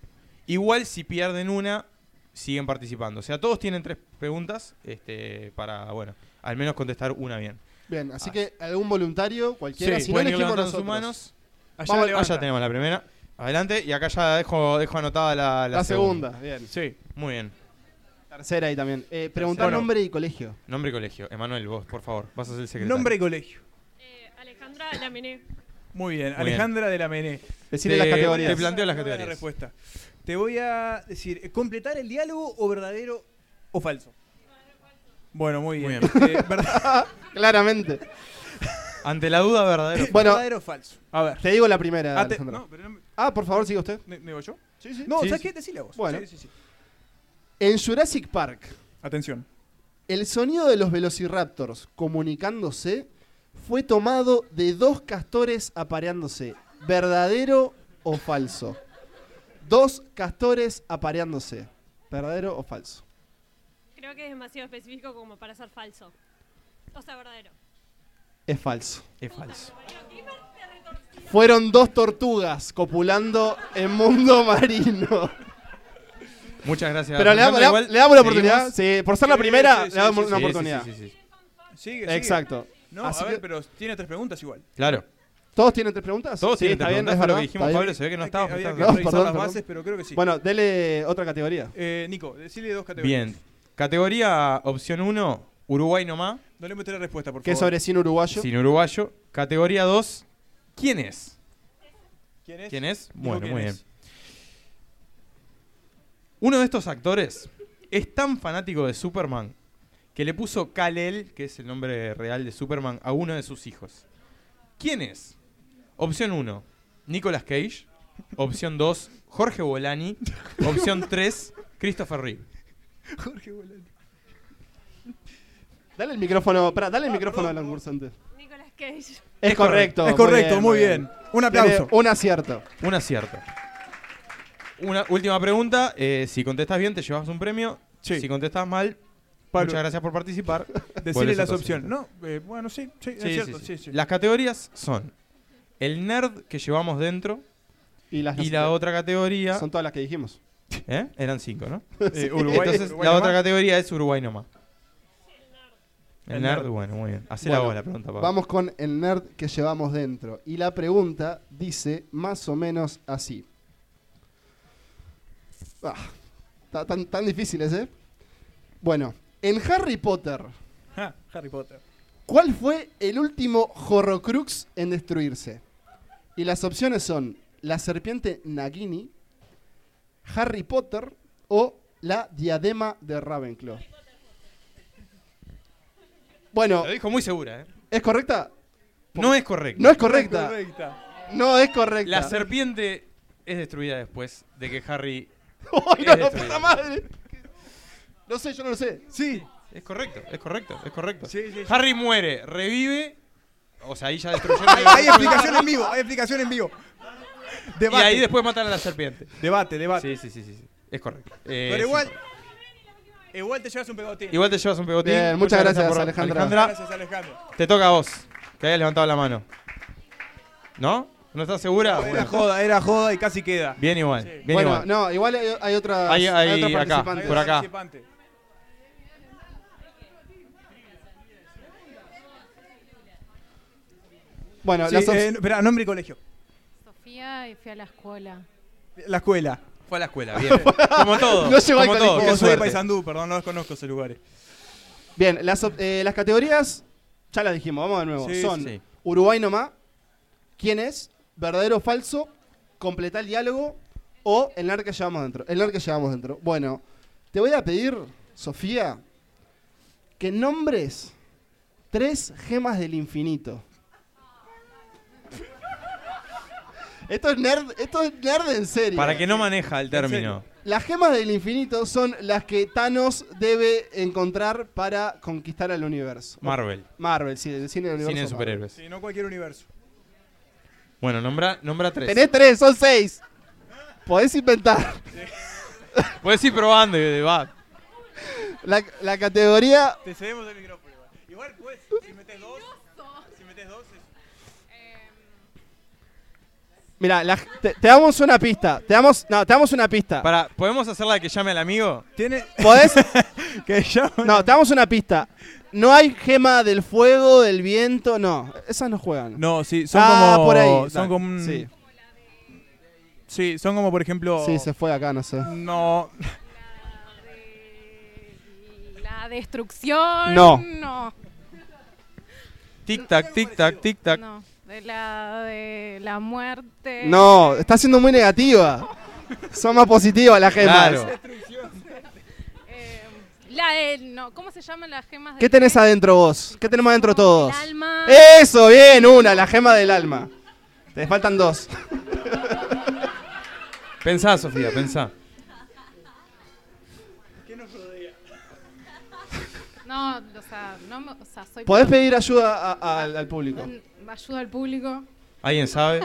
Speaker 1: Igual si pierden una, siguen participando. O sea, todos tienen tres preguntas este, para, bueno, al menos contestar una bien.
Speaker 2: Bien, así que algún voluntario, cualquiera,
Speaker 3: Ah. Sí,
Speaker 2: si no
Speaker 1: Pueden ir
Speaker 2: elegimos
Speaker 1: levantando
Speaker 2: nosotros.
Speaker 1: sus manos.
Speaker 3: Allá
Speaker 2: Vamos,
Speaker 1: Ah,
Speaker 3: levanta.
Speaker 1: ya tenemos la primera. Adelante. Y acá ya dejo, dejo anotada la,
Speaker 2: La, segunda. bien.
Speaker 3: Sí.
Speaker 1: Muy bien.
Speaker 2: Tercera ahí también. Eh, preguntá
Speaker 3: Bueno.
Speaker 2: nombre y colegio.
Speaker 1: Nombre y colegio. Emanuel, vos, por favor. Vas a ser el secretario.
Speaker 3: Nombre y colegio.
Speaker 4: Eh, Alejandra Laminé.
Speaker 3: Muy bien.
Speaker 1: Muy bien.
Speaker 3: Alejandra de la Mené.
Speaker 2: Decirle
Speaker 1: Te-
Speaker 2: las categorías.
Speaker 1: te planteo las
Speaker 3: Buena
Speaker 1: categorías.
Speaker 3: respuesta. Te voy a decir, ¿completar el diálogo o verdadero o falso? Bueno, muy
Speaker 1: Muy
Speaker 3: bien.
Speaker 1: bien.
Speaker 3: Eh, verdad-
Speaker 2: Claramente.
Speaker 1: Ante la duda verdadero.
Speaker 2: Bueno.
Speaker 3: ¿Verdadero o falso? A ver.
Speaker 2: Te digo la primera,
Speaker 3: Ah, te-
Speaker 2: Alejandro.
Speaker 3: no, pero no, me-
Speaker 2: Ah, por favor, siga usted.
Speaker 3: ¿me, me voy yo?
Speaker 2: Sí, sí.
Speaker 3: No,
Speaker 1: Sí,
Speaker 3: ¿sabes
Speaker 1: sí.
Speaker 3: qué? Decile a vos.
Speaker 2: Bueno.
Speaker 3: Sí, sí, sí.
Speaker 2: En Jurassic Park,
Speaker 3: Atención.
Speaker 2: el sonido de los velociraptors comunicándose fue tomado de dos castores apareándose. ¿Verdadero o falso? Dos castores apareándose. ¿Verdadero o falso?
Speaker 4: Creo que es demasiado específico como para ser falso. O sea, verdadero.
Speaker 2: Es falso.
Speaker 1: Es falso.
Speaker 2: Fueron dos tortugas copulando en mundo marino.
Speaker 1: Muchas gracias.
Speaker 2: Pero le
Speaker 1: Fernando,
Speaker 2: damos, le damos-
Speaker 1: igual
Speaker 2: le damos la
Speaker 1: seguimos.
Speaker 2: oportunidad. Sí, por ser la
Speaker 3: Sí,
Speaker 2: primera,
Speaker 3: sí, sí,
Speaker 2: le damos
Speaker 3: sí,
Speaker 2: una
Speaker 1: Sí,
Speaker 2: oportunidad.
Speaker 1: sí, sí, sí.
Speaker 3: Sigue, sigue.
Speaker 2: Exacto.
Speaker 3: No,
Speaker 2: Así
Speaker 3: a ver,
Speaker 2: que-
Speaker 3: pero tiene tres preguntas igual.
Speaker 1: Claro.
Speaker 2: ¿Todos tienen tres preguntas?
Speaker 1: Todos
Speaker 2: sí,
Speaker 1: tienen
Speaker 2: está bien,
Speaker 1: preguntas,
Speaker 2: es
Speaker 1: fue lo
Speaker 2: verdad,
Speaker 1: que dijimos,
Speaker 2: está bien.
Speaker 1: Pablo, se ve que no
Speaker 3: Hay que-
Speaker 1: estábamos
Speaker 3: había que
Speaker 1: prestando
Speaker 2: No,
Speaker 3: revisar
Speaker 2: perdón,
Speaker 3: las
Speaker 2: perdón.
Speaker 3: bases, pero creo que sí.
Speaker 2: Bueno, dele otra categoría.
Speaker 3: Eh, Nico, decirle dos categorías.
Speaker 1: Bien. Categoría opción 1, Uruguay nomás,
Speaker 3: No le meteré la respuesta, por
Speaker 2: Que es
Speaker 3: favor.
Speaker 2: sobre cine uruguayo.
Speaker 1: sin uruguayo. Categoría 2, ¿quién es?
Speaker 3: ¿Quién es?
Speaker 1: ¿Quién es?
Speaker 3: Digo,
Speaker 1: Bueno,
Speaker 3: ¿quién
Speaker 1: muy
Speaker 3: es?
Speaker 1: bien. Uno de estos actores es tan fanático de Superman que le puso Kal-El, que es el nombre real de Superman, a uno de sus hijos. ¿Quién es? Opción 1, Nicolas Cage. Opción 2, Jorge Bolani. Opción 3, Christopher Reeve.
Speaker 3: Jorge Bolani.
Speaker 2: Dale el micrófono, pará, dale el micrófono al concursante.
Speaker 4: Nicolas Cage.
Speaker 2: Es correcto.
Speaker 3: Es correcto, muy bien. Un aplauso.
Speaker 2: Tiene Un acierto.
Speaker 1: Un acierto. Una última pregunta. eh, si contestas bien, te llevas un premio.
Speaker 3: Sí.
Speaker 1: Si contestas mal,
Speaker 3: Pablo.
Speaker 1: muchas gracias por participar.
Speaker 3: Decirle
Speaker 1: Vuelves
Speaker 3: las
Speaker 1: entonces.
Speaker 3: opciones. No, eh, bueno, sí, sí, es
Speaker 1: Sí,
Speaker 3: cierto.
Speaker 1: sí,
Speaker 3: Sí,
Speaker 1: sí.
Speaker 3: sí.
Speaker 1: Las categorías son el nerd que llevamos dentro
Speaker 2: Y, las
Speaker 1: y la otra categoría.
Speaker 2: Son todas las que dijimos.
Speaker 1: ¿Eh? Eran cinco, ¿no?
Speaker 3: Eh, Uruguay,
Speaker 1: Entonces,
Speaker 3: Uruguay
Speaker 1: la
Speaker 3: nomás.
Speaker 1: otra categoría es Uruguay nomás. El
Speaker 3: El
Speaker 1: nerd,
Speaker 3: nerd.
Speaker 1: bueno, muy bien. Hacé la
Speaker 2: Bueno,
Speaker 1: bola, pregunta, Pablo.
Speaker 2: Vamos con el nerd que llevamos dentro. Y la pregunta dice más o menos así. Ah, ta- tan, tan difíciles, ¿eh? Bueno, en Harry Potter,
Speaker 3: Ja, Ah, Harry Potter.
Speaker 2: ¿cuál fue el último Horrocrux en destruirse? Y las opciones son la serpiente Nagini, Harry Potter o la diadema de Ravenclaw. Bueno,
Speaker 1: Lo dijo muy segura, ¿eh?
Speaker 2: ¿es correcta?
Speaker 1: No es correcto.
Speaker 2: No es correcta.
Speaker 3: Correcta.
Speaker 2: No es correcta.
Speaker 1: La serpiente es destruida después de que Harry.
Speaker 2: ¡Ay, no,
Speaker 1: es
Speaker 2: la
Speaker 1: destruida.
Speaker 2: puta madre! No sé, yo no lo sé.
Speaker 3: Sí,
Speaker 1: Es correcto, es correcto, es correcto.
Speaker 3: sí, sí.
Speaker 1: Harry muere, revive. O sea, ahí ya destruyeron.
Speaker 3: Hay, hay explicación en vivo, hay explicación en vivo.
Speaker 1: Y
Speaker 3: Debate,
Speaker 1: ahí después matan a la serpiente.
Speaker 3: debate, debate.
Speaker 1: Sí, sí, sí, sí. sí. Es correcto. Eh, sí.
Speaker 3: Pero igual, igual te llevas un pegotín.
Speaker 1: Igual te llevas un pegotín.
Speaker 2: Bien, muchas gracias,
Speaker 1: por-
Speaker 2: Alejandra.
Speaker 3: Gracias, Alejandro.
Speaker 1: Te toca a vos, que hayas levantado la mano. ¿No? ¿No estás segura?
Speaker 3: Era
Speaker 1: Bueno,
Speaker 3: joda, era joda y casi queda.
Speaker 1: bien igual,
Speaker 3: Sí.
Speaker 1: bien
Speaker 2: bueno,
Speaker 1: igual.
Speaker 2: no, igual hay, hay otra.
Speaker 1: Hay- hay
Speaker 2: otra
Speaker 1: acá,
Speaker 2: participante.
Speaker 1: por acá.
Speaker 3: Participante.
Speaker 2: Bueno,
Speaker 3: Sí,
Speaker 2: las
Speaker 3: eh,
Speaker 2: ops-
Speaker 3: espera, nombre y colegio.
Speaker 5: Sofía y fui a la escuela.
Speaker 3: La escuela.
Speaker 1: Fue a la escuela, bien. como todo.
Speaker 2: No llegó al
Speaker 1: como todo,
Speaker 2: colegio.
Speaker 1: qué
Speaker 3: Oh, soy de
Speaker 1: suerte.
Speaker 3: Paysandú, perdón, no los conozco esos lugares.
Speaker 2: Bien, las, op- eh, las categorías ya las dijimos, vamos de nuevo.
Speaker 3: Sí,
Speaker 2: Son
Speaker 1: sí.
Speaker 2: Uruguay nomás, ¿quién es? ¿Verdadero o falso? ¿Completar el diálogo? ¿O el NAR que llevamos dentro? El NAR que llevamos dentro. Bueno, te voy a pedir, Sofía, que nombres tres gemas del infinito. Esto es nerd, esto es nerd en serio.
Speaker 1: Para que no maneja el término.
Speaker 2: Las gemas del infinito son las que Thanos debe encontrar para conquistar al universo.
Speaker 1: Marvel,
Speaker 2: Marvel, sí, del cine del universo.
Speaker 1: cine de
Speaker 2: Marvel.
Speaker 1: superhéroes.
Speaker 3: Sí, no cualquier universo.
Speaker 1: Bueno, nombra, nombra tres.
Speaker 2: Tenés tres, son seis. Podés inventar.
Speaker 1: Puedes ir probando y va.
Speaker 2: La, la categoría.
Speaker 3: Te cedemos el micrófono. Igual, igual pues, si metes dos, si metes dos es...
Speaker 2: Mira, te, te damos una pista. Te damos, no, te damos una pista.
Speaker 1: Para, ¿podemos hacer la que llame al amigo?
Speaker 3: Tiene
Speaker 2: Podés.
Speaker 3: que ya
Speaker 2: No, te damos una pista. No hay gema del fuego, del viento, no. Esas no juegan.
Speaker 3: No, sí, son
Speaker 2: Ah,
Speaker 3: como
Speaker 2: por ahí.
Speaker 3: son
Speaker 2: Dale,
Speaker 3: como un-
Speaker 2: sí.
Speaker 3: sí, son como por ejemplo
Speaker 2: Sí, se fue acá, no sé.
Speaker 3: No,
Speaker 5: La de. La destrucción.
Speaker 2: No.
Speaker 5: No.
Speaker 1: Tic tac, tic tac, tic tac.
Speaker 5: no. De la de la muerte.
Speaker 2: No, está siendo muy negativa. Son más positivas las gemas.
Speaker 1: Claro.
Speaker 5: Eh, la de. No. ¿Cómo se llaman las gemas de
Speaker 2: ¿Qué tenés adentro vos? ¿Qué tenemos adentro todos?
Speaker 5: El alma.
Speaker 2: Eso, bien, una, la gema del alma. Te faltan dos.
Speaker 1: Pensá, Sofía, pensá.
Speaker 5: No, o sea, no me- o sea, soy
Speaker 2: Podés pedir ayuda a- a- al, al público.
Speaker 5: ayuda al público.
Speaker 1: ¿Alguien sabe?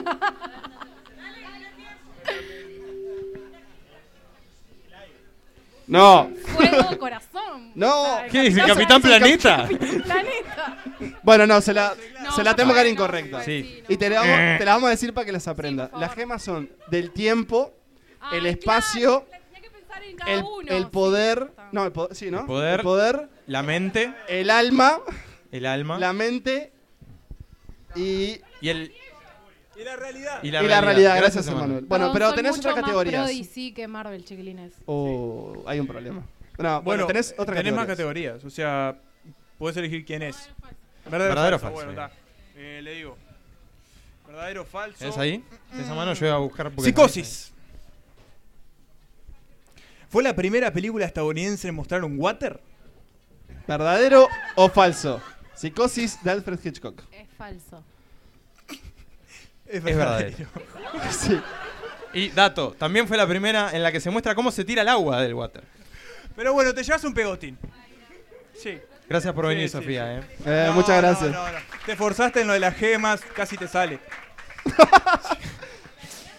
Speaker 2: No.
Speaker 5: Fuego, corazón.
Speaker 2: No.
Speaker 5: O sea,
Speaker 1: ¿Qué dice? ¿Capitán
Speaker 5: Capitán
Speaker 1: Planeta?
Speaker 5: Planeta.
Speaker 2: Bueno, no, se la,
Speaker 5: No,
Speaker 2: se la
Speaker 5: no
Speaker 2: tengo que
Speaker 5: puede,
Speaker 2: dar
Speaker 5: no
Speaker 2: incorrecta.
Speaker 5: puede,
Speaker 1: Sí. Eh.
Speaker 5: no
Speaker 2: Y te
Speaker 5: puede.
Speaker 2: la, vamos, te la vamos a decir para que las aprendas.
Speaker 5: Sí, por
Speaker 2: las
Speaker 5: favor.
Speaker 2: gemas son del tiempo,
Speaker 5: Ay,
Speaker 2: el
Speaker 5: claro,
Speaker 2: espacio,
Speaker 5: tenía que pensar en cada
Speaker 2: el,
Speaker 5: uno.
Speaker 2: el
Speaker 5: Sí,
Speaker 2: poder.
Speaker 5: está.
Speaker 2: No, el poder. Sí, ¿no?
Speaker 1: El poder.
Speaker 2: El poder,
Speaker 1: La mente.
Speaker 2: el alma
Speaker 1: el alma
Speaker 2: la mente y,
Speaker 1: y, el,
Speaker 3: Y la realidad.
Speaker 2: y la realidad. Gracias, Emanuel. Bueno,
Speaker 5: Perdón,
Speaker 2: pero
Speaker 5: soy
Speaker 2: tenés
Speaker 5: mucho
Speaker 2: otras
Speaker 5: más
Speaker 2: categorías.
Speaker 5: Pro y sí que Marvel, chiquilines.
Speaker 2: Oh, hay un problema. No, bueno,
Speaker 3: Bueno,
Speaker 2: tenés otra
Speaker 3: tenés más
Speaker 2: categoría.
Speaker 3: categorías. O sea, podés elegir quién es.
Speaker 1: Verdadero o falso,
Speaker 3: Bueno,
Speaker 1: bien.
Speaker 3: está. Eh, le digo. Verdadero o falso.
Speaker 1: ¿Es ahí? ¿Tenés a mano? Yo voy a buscar. porque-
Speaker 3: Psicosis. ¿Fue la primera película estadounidense en mostrar un water?
Speaker 2: ¿Verdadero o falso? Psicosis de Alfred Hitchcock.
Speaker 5: Es falso.
Speaker 3: Es
Speaker 1: verdadero.
Speaker 2: Sí.
Speaker 1: Y dato, también fue la primera en la que se muestra cómo se tira el agua del water.
Speaker 3: Pero bueno, te llevas un pegotín. Sí.
Speaker 1: Gracias por
Speaker 3: Sí,
Speaker 1: venir,
Speaker 3: sí,
Speaker 1: Sofía. eh.
Speaker 2: Eh,
Speaker 3: No,
Speaker 2: muchas
Speaker 3: no,
Speaker 2: gracias.
Speaker 3: no, no. Te forzaste en lo de las gemas, casi te sale.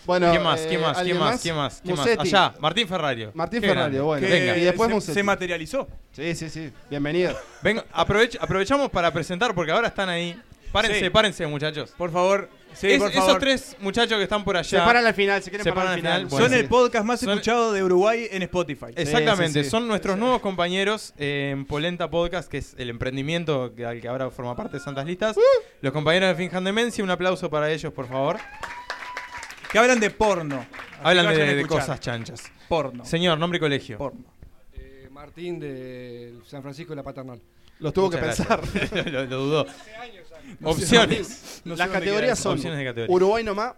Speaker 2: Bueno,
Speaker 1: ¿Quién más?
Speaker 2: eh,
Speaker 1: ¿Quién más?
Speaker 2: ¿alguien
Speaker 1: ¿Quién más? ¿Quién más? ¿Quién más?
Speaker 2: Musetti.
Speaker 1: Allá, Martín Ferrario.
Speaker 2: Martín
Speaker 1: Qué
Speaker 2: Ferrario,
Speaker 1: grande.
Speaker 2: bueno.
Speaker 3: Que
Speaker 2: Venga. Y después
Speaker 3: se-
Speaker 2: Musetti.
Speaker 3: se materializó.
Speaker 2: Sí, sí, sí. Bienvenido.
Speaker 1: Venga, aprovech- aprovechamos para presentar porque ahora están ahí. Párense,
Speaker 3: Sí.
Speaker 1: párense, muchachos.
Speaker 3: Por favor, sí,
Speaker 1: Es-
Speaker 3: por favor.
Speaker 1: Esos tres muchachos que están por allá.
Speaker 2: Se paran al final, si quieren
Speaker 1: Se
Speaker 2: parar
Speaker 1: paran
Speaker 2: al
Speaker 1: al
Speaker 2: final.
Speaker 1: final,
Speaker 3: son
Speaker 1: bueno,
Speaker 3: el podcast más
Speaker 1: Son-
Speaker 3: escuchado de Uruguay en Spotify.
Speaker 1: Exactamente,
Speaker 2: Sí, sí, sí.
Speaker 1: son nuestros nuevos compañeros en Polenta Podcast, que es el emprendimiento que- al que ahora forma parte de Santas
Speaker 2: Uh.
Speaker 1: Listas. Los compañeros de Finjan Demencia, un aplauso para ellos, por favor.
Speaker 3: Que hablan de porno. Así
Speaker 1: Hablan
Speaker 3: que
Speaker 1: de,
Speaker 3: vayan a
Speaker 1: de
Speaker 3: escuchar.
Speaker 1: cosas chanchas.
Speaker 3: Porno.
Speaker 1: Señor, nombre y colegio.
Speaker 3: Porno.
Speaker 6: Eh, Martín de San Francisco de la Paternal.
Speaker 2: Los tuvo
Speaker 1: Muchas
Speaker 2: que
Speaker 1: gracias. lo, lo dudó. Opciones.
Speaker 2: pensar.
Speaker 3: No sé
Speaker 2: Las
Speaker 3: dónde
Speaker 2: categorías
Speaker 3: queda
Speaker 2: son
Speaker 1: Opciones de categoría.
Speaker 2: Uruguay nomás,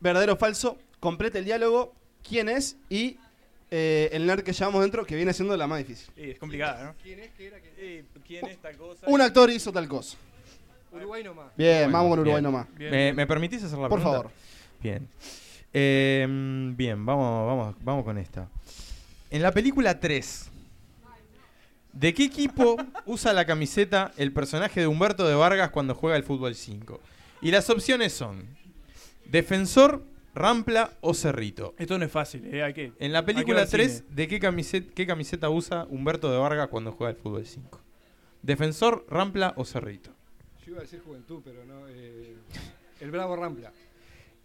Speaker 2: verdadero o falso, complete el diálogo, quién es y eh, el nerd que llevamos dentro, que viene siendo la más difícil.
Speaker 3: eso. Eh, es complicada, ¿no?
Speaker 6: ¿Quién es que era? que-
Speaker 3: Eh, ¿Quién es esta cosa?
Speaker 2: Un actor hizo tal cosa.
Speaker 6: Uruguay nomás.
Speaker 2: Bien,
Speaker 1: Bueno,
Speaker 2: vamos con Uruguay
Speaker 1: bien.
Speaker 2: nomás.
Speaker 3: Bien.
Speaker 1: ¿Me, me permitís hacer la
Speaker 2: Por
Speaker 1: pregunta?
Speaker 2: favor.
Speaker 1: Bien. Eh, mm, bien, vamos, vamos, vamos con esta. En la película 3, ¿de qué equipo usa la camiseta el personaje de Humberto de Vargas cuando juega el fútbol 5? Y las opciones son Defensor, Rampla o Cerrito.
Speaker 3: Esto no es fácil, eh, hay que.
Speaker 1: En la
Speaker 3: Hay
Speaker 1: película
Speaker 3: que ver
Speaker 1: 3, ¿de qué camiseta, qué camiseta usa Humberto de Vargas cuando juega el fútbol 5? Defensor, Rampla o Cerrito.
Speaker 6: Yo iba a decir juventud, pero no. eh, el Bravo Rampla.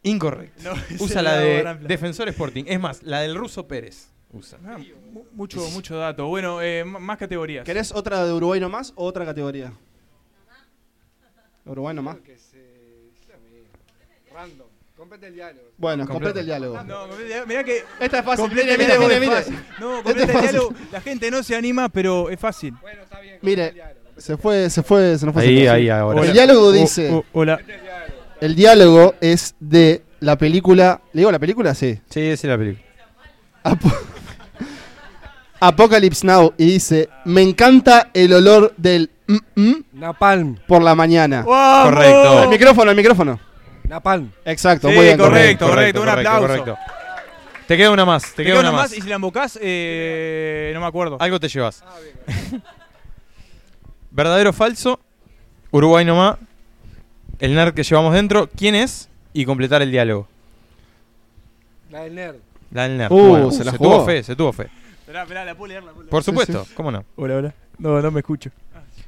Speaker 1: Incorrecto.
Speaker 3: No, es
Speaker 1: Usa
Speaker 3: el
Speaker 1: la
Speaker 3: lado
Speaker 1: de
Speaker 3: Rampla.
Speaker 1: Defensor Sporting. Es más, la del ruso Pérez usa.
Speaker 3: Ah, mu- mucho, mucho dato. Bueno, eh, m- más categorías.
Speaker 2: ¿Querés otra de Uruguay nomás o otra categoría? Uruguay nomás.
Speaker 6: Creo que se. es la misma. Random. Complete el diálogo.
Speaker 2: Bueno,
Speaker 1: Completa.
Speaker 2: complete el diálogo.
Speaker 3: No, mirá- mirá que.
Speaker 2: Esta es fácil.
Speaker 3: Complete
Speaker 2: Mire,
Speaker 3: el
Speaker 2: mire,
Speaker 3: diálogo
Speaker 2: mire,
Speaker 3: es
Speaker 2: mire.
Speaker 3: fácil. No, completa
Speaker 2: es
Speaker 3: el
Speaker 2: fácil.
Speaker 3: diálogo. La gente no se anima, pero es fácil.
Speaker 6: Bueno, está bien. complete
Speaker 2: Mire,
Speaker 6: el diálogo, complete
Speaker 2: se fue, se fue, se nos fue. se nos fue.
Speaker 1: ahora.
Speaker 2: El diálogo dice,
Speaker 3: O- o- Uh, hola.
Speaker 6: el diálogo.
Speaker 2: el diálogo es de la película, ¿le digo la película? Sí.
Speaker 1: Sí, esa es la película.
Speaker 2: Apo- Apocalypse Now y dice, me encanta el olor del mm, mm
Speaker 6: Napalm.
Speaker 2: por la mañana.
Speaker 3: ¡Vamos!
Speaker 1: Correcto.
Speaker 2: El micrófono, el micrófono.
Speaker 6: Napalm.
Speaker 2: Exacto,
Speaker 3: Sí,
Speaker 2: muy bien.
Speaker 3: correcto, correcto, un aplauso.
Speaker 1: Te queda una más, te,
Speaker 3: Te queda una más y si la embocás, eh, no me acuerdo.
Speaker 1: Algo te llevas.
Speaker 6: Ah, bien.
Speaker 1: Verdadero o falso, Uruguay nomás, el nerd que llevamos dentro, ¿quién es? Y completar el diálogo.
Speaker 6: La del Nerd.
Speaker 1: La del nerd.
Speaker 2: Uh,
Speaker 1: Bueno,
Speaker 2: se la
Speaker 1: se
Speaker 2: jugó.
Speaker 1: tuvo fe, se tuvo fe.
Speaker 3: Esperá, esperá, la puedo leer, la puedo leer.
Speaker 1: Por
Speaker 2: Sí,
Speaker 1: supuesto, ¿cómo no?
Speaker 3: Hola, hola. No, no me escucho.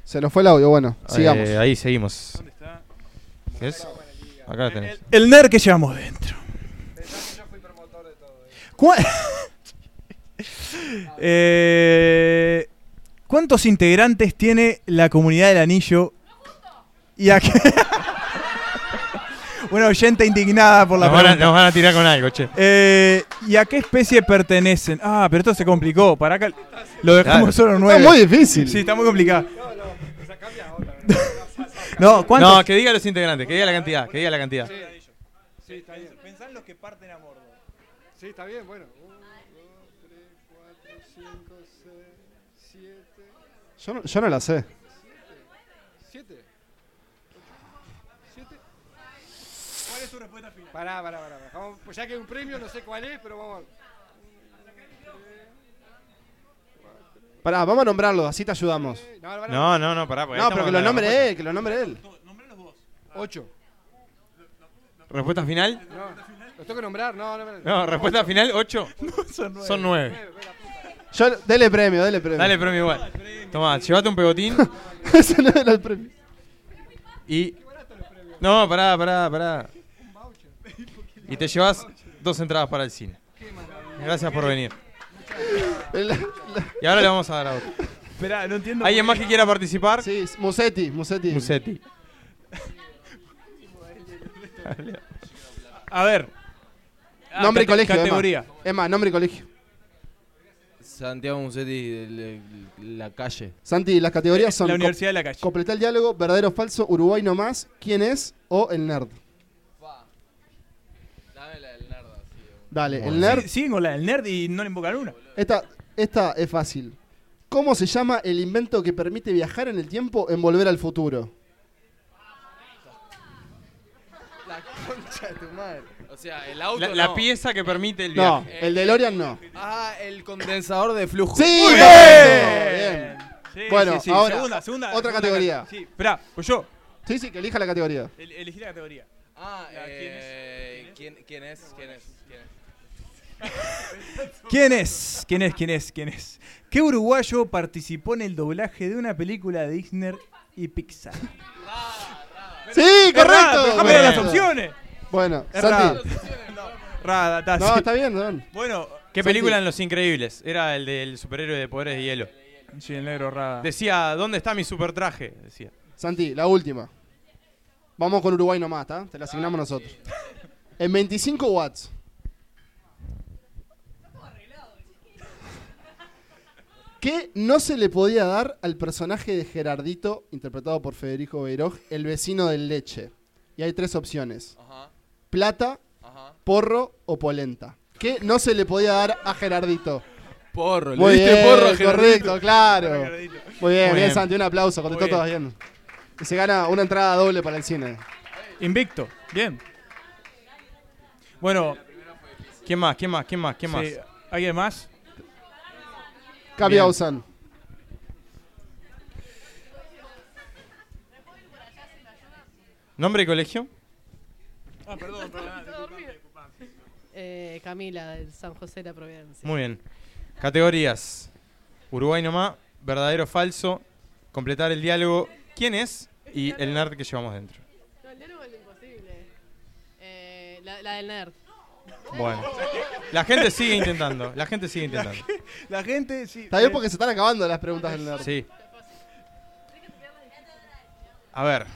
Speaker 2: Se nos fue el audio, bueno, sigamos.
Speaker 1: Eh, ahí seguimos.
Speaker 3: ¿Dónde está?
Speaker 1: ¿Es? Acá la tenés.
Speaker 3: El, el nerd que llevamos dentro.
Speaker 6: Pensá que yo fui promotor de todo. eh.
Speaker 3: ¿Cuá- Eh, ¿Cuántos integrantes tiene la comunidad del anillo? Y aquí. Una oyente indignada por la
Speaker 1: Nos van, a,
Speaker 3: pregunta.
Speaker 1: nos van a tirar con algo, che.
Speaker 3: Eh, ¿Y a qué especie pertenecen? Ah, pero esto se complicó. Para acá lo
Speaker 1: Claro.
Speaker 3: dejamos solo
Speaker 2: Está
Speaker 3: nueve.
Speaker 2: muy difícil.
Speaker 3: Sí, está muy complicado. pues No, ¿cuántos?
Speaker 1: No, que diga los integrantes, que diga la cantidad, que diga la cantidad.
Speaker 6: Sí. Sí, está bien.
Speaker 3: Pensá en los que parten a bordo.
Speaker 6: Sí, está bien, bueno. 1, 2, 3, 4, 5, 6, 7.
Speaker 2: Yo no, yo no la sé.
Speaker 6: ¿Siete? ¿Siete? ¿Cuál es su respuesta final? Pará, pará, pará. pará. Vamos, pues ya que hay un premio, no sé cuál es, pero vamos.
Speaker 2: Pará, vamos a nombrarlo, así te ayudamos.
Speaker 6: Eh, No, no, no.
Speaker 1: No, no, no, pará. porque
Speaker 2: No,
Speaker 1: ahí
Speaker 2: pero que
Speaker 1: estamos
Speaker 2: lo
Speaker 1: en la
Speaker 3: pues.
Speaker 2: nombre él, que lo nombre él.
Speaker 6: Ocho.
Speaker 1: respuesta. ¿Respuesta final?
Speaker 6: No. ¿Los tengo que nombrar? No, no, no.
Speaker 1: No, respuesta final 8.
Speaker 3: Son nueve.
Speaker 1: Son 9.
Speaker 6: Nueve, espera, puta.
Speaker 2: Yo, dele premio, dele premio.
Speaker 1: Dale premio igual. Tomá, llévate un pegotín
Speaker 2: Ese no era el premio.
Speaker 1: y. No, pará, pará, pará. Y te llevas dos entradas para el cine. Gracias por venir.
Speaker 2: La- la-
Speaker 1: Y ahora le vamos a dar a otro.
Speaker 3: Esperá, no entiendo.
Speaker 1: ¿Alguien más que quiera participar?
Speaker 2: Sí, es Musetti, Musetti.
Speaker 1: Musetti.
Speaker 3: A ver.
Speaker 2: Nombre y
Speaker 3: cate-
Speaker 2: colegio. Emma.
Speaker 3: Ah, Categoría.
Speaker 2: Emma, nombre y colegio.
Speaker 7: Santiago Musetti, el- el- la calle.
Speaker 2: Santi, las categorías son
Speaker 3: Eh, La
Speaker 2: co-
Speaker 3: Universidad de la Calle.
Speaker 2: completar el diálogo, verdadero o falso, Uruguay no más, quién es o el nerd.
Speaker 7: Dame la del eh. Narda,
Speaker 2: Dale, el
Speaker 3: Sí,
Speaker 2: nerd.
Speaker 3: Siguen con la del nerd y no le invocan una.
Speaker 2: Esta, esta es fácil. ¿Cómo se llama el invento que permite viajar en el tiempo en volver al futuro?
Speaker 7: La concha de tu madre. O sea, el auto.
Speaker 1: La, la pieza que permite el
Speaker 2: No,
Speaker 1: viaje.
Speaker 2: el DeLorean no.
Speaker 7: Ah, el condensador de flujo.
Speaker 2: ¡Sí!
Speaker 3: ¡Muy
Speaker 2: ¡Bien!
Speaker 3: bien! Sí,
Speaker 2: Bueno,
Speaker 3: sí, sí.
Speaker 2: ahora,
Speaker 3: segunda, segunda,
Speaker 2: otra
Speaker 3: segunda
Speaker 2: categoría.
Speaker 3: cate- Sí, esperá, pues yo.
Speaker 2: Sí, sí, que elija la categoría.
Speaker 3: el- elegí la categoría.
Speaker 7: Ah,
Speaker 3: Ya, ¿quién es?
Speaker 7: eh, ¿quién, quién es? ¿Quién es? ¿Quién es?
Speaker 3: ¿Quién es? ¿Quién es? ¿Quién es? ¿Quién es? ¿Qué uruguayo participó en el doblaje de una película de Disney y Pixar?
Speaker 2: ¡Sí,
Speaker 3: Errá,
Speaker 2: correcto!
Speaker 3: ¡Déjame ver las
Speaker 2: Bueno.
Speaker 3: opciones!
Speaker 2: Bueno,
Speaker 3: Errá.
Speaker 2: Santi.
Speaker 3: Rada, ta,
Speaker 2: No,
Speaker 3: sí.
Speaker 2: está bien, don.
Speaker 3: Bueno,
Speaker 1: ¿Qué
Speaker 2: Santi.
Speaker 1: película en Los Increíbles? Era el del superhéroe de poderes de hielo.
Speaker 3: sí, el negro Rada.
Speaker 1: Decía, ¿dónde está mi supertraje? Decía.
Speaker 2: Santi, la última. Vamos con Uruguay nomás, ¿está? Te la
Speaker 7: Ah,
Speaker 2: asignamos nosotros. En 25 watts. ¿Qué no se le podía dar al personaje de Gerardito, interpretado por Federico Beiroj, el vecino del leche? Y hay tres opciones.
Speaker 7: Ajá,
Speaker 2: Plata,
Speaker 7: ajá.
Speaker 2: porro o polenta. ¿Qué no se le podía dar a Gerardito?
Speaker 7: Porro, le
Speaker 2: Muy
Speaker 7: diste
Speaker 2: bien,
Speaker 7: porro, a Gerardito.
Speaker 2: correcto, claro. Muy bien,
Speaker 1: Muy
Speaker 2: bien,
Speaker 1: bien.
Speaker 2: Santi, un aplauso, contestó
Speaker 3: Muy
Speaker 2: todas bien. Y se gana una entrada doble para el cine.
Speaker 3: Invicto, bien. Bueno,
Speaker 1: ¿Quién más? ¿Quién más? ¿Quién más? ¿Quién más?
Speaker 3: sí, ¿alguien más?
Speaker 2: Capi
Speaker 1: Bien.
Speaker 2: Ausan.
Speaker 1: ¿Nombre y colegio?
Speaker 3: Ah, perdón,
Speaker 8: Eh, Camila, del San José de la Providencia.
Speaker 1: Muy bien. Categorías. Uruguay nomás, verdadero o falso, completar el diálogo, ¿quién es? Y el nerd que llevamos dentro.
Speaker 8: No, el nerd es lo imposible. Eh, la, la del nerd.
Speaker 1: Bueno. La gente sigue intentando, la gente sigue intentando.
Speaker 3: La gente, sí.
Speaker 2: Está bien
Speaker 3: eh,
Speaker 2: porque se están acabando las preguntas del nerd.
Speaker 1: Sí. A ver.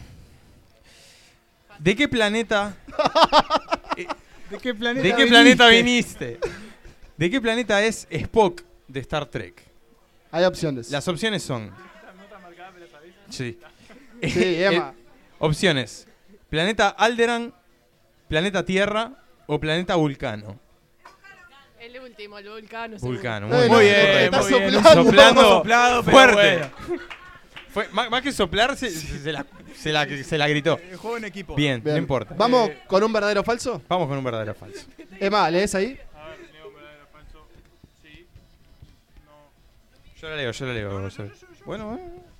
Speaker 1: ¿De qué planeta,
Speaker 3: ¿De qué planeta?
Speaker 1: de qué
Speaker 3: viniste?
Speaker 1: planeta viniste? ¿De qué planeta es Spock de Star Trek?
Speaker 2: Hay opciones.
Speaker 1: Las opciones son. Sí.
Speaker 2: Sí, Emma.
Speaker 1: eh, Opciones: Planeta Alderan, Planeta Tierra o Planeta Vulcano.
Speaker 8: El último, el vulcano. seguro.
Speaker 1: Vulcano,
Speaker 2: Eh,
Speaker 1: muy
Speaker 2: no,
Speaker 1: bien. correcto.
Speaker 2: no, está
Speaker 3: muy bien.
Speaker 2: soplando.
Speaker 1: Soplando.
Speaker 3: Soplado, pero
Speaker 1: Fuerte.
Speaker 3: bueno.
Speaker 1: Fue, más, más que soplar, se, se la, se la- se la gritó.
Speaker 3: Eh, Juego en equipo.
Speaker 1: Bien,
Speaker 2: Bien.
Speaker 1: no importa.
Speaker 2: Vamos con un verdadero o falso.
Speaker 1: Vamos con un verdadero o falso.
Speaker 2: Emma, ¿lees ahí?
Speaker 1: Yo la leo, yo la leo. Gonzalo. Bueno, eh. bueno.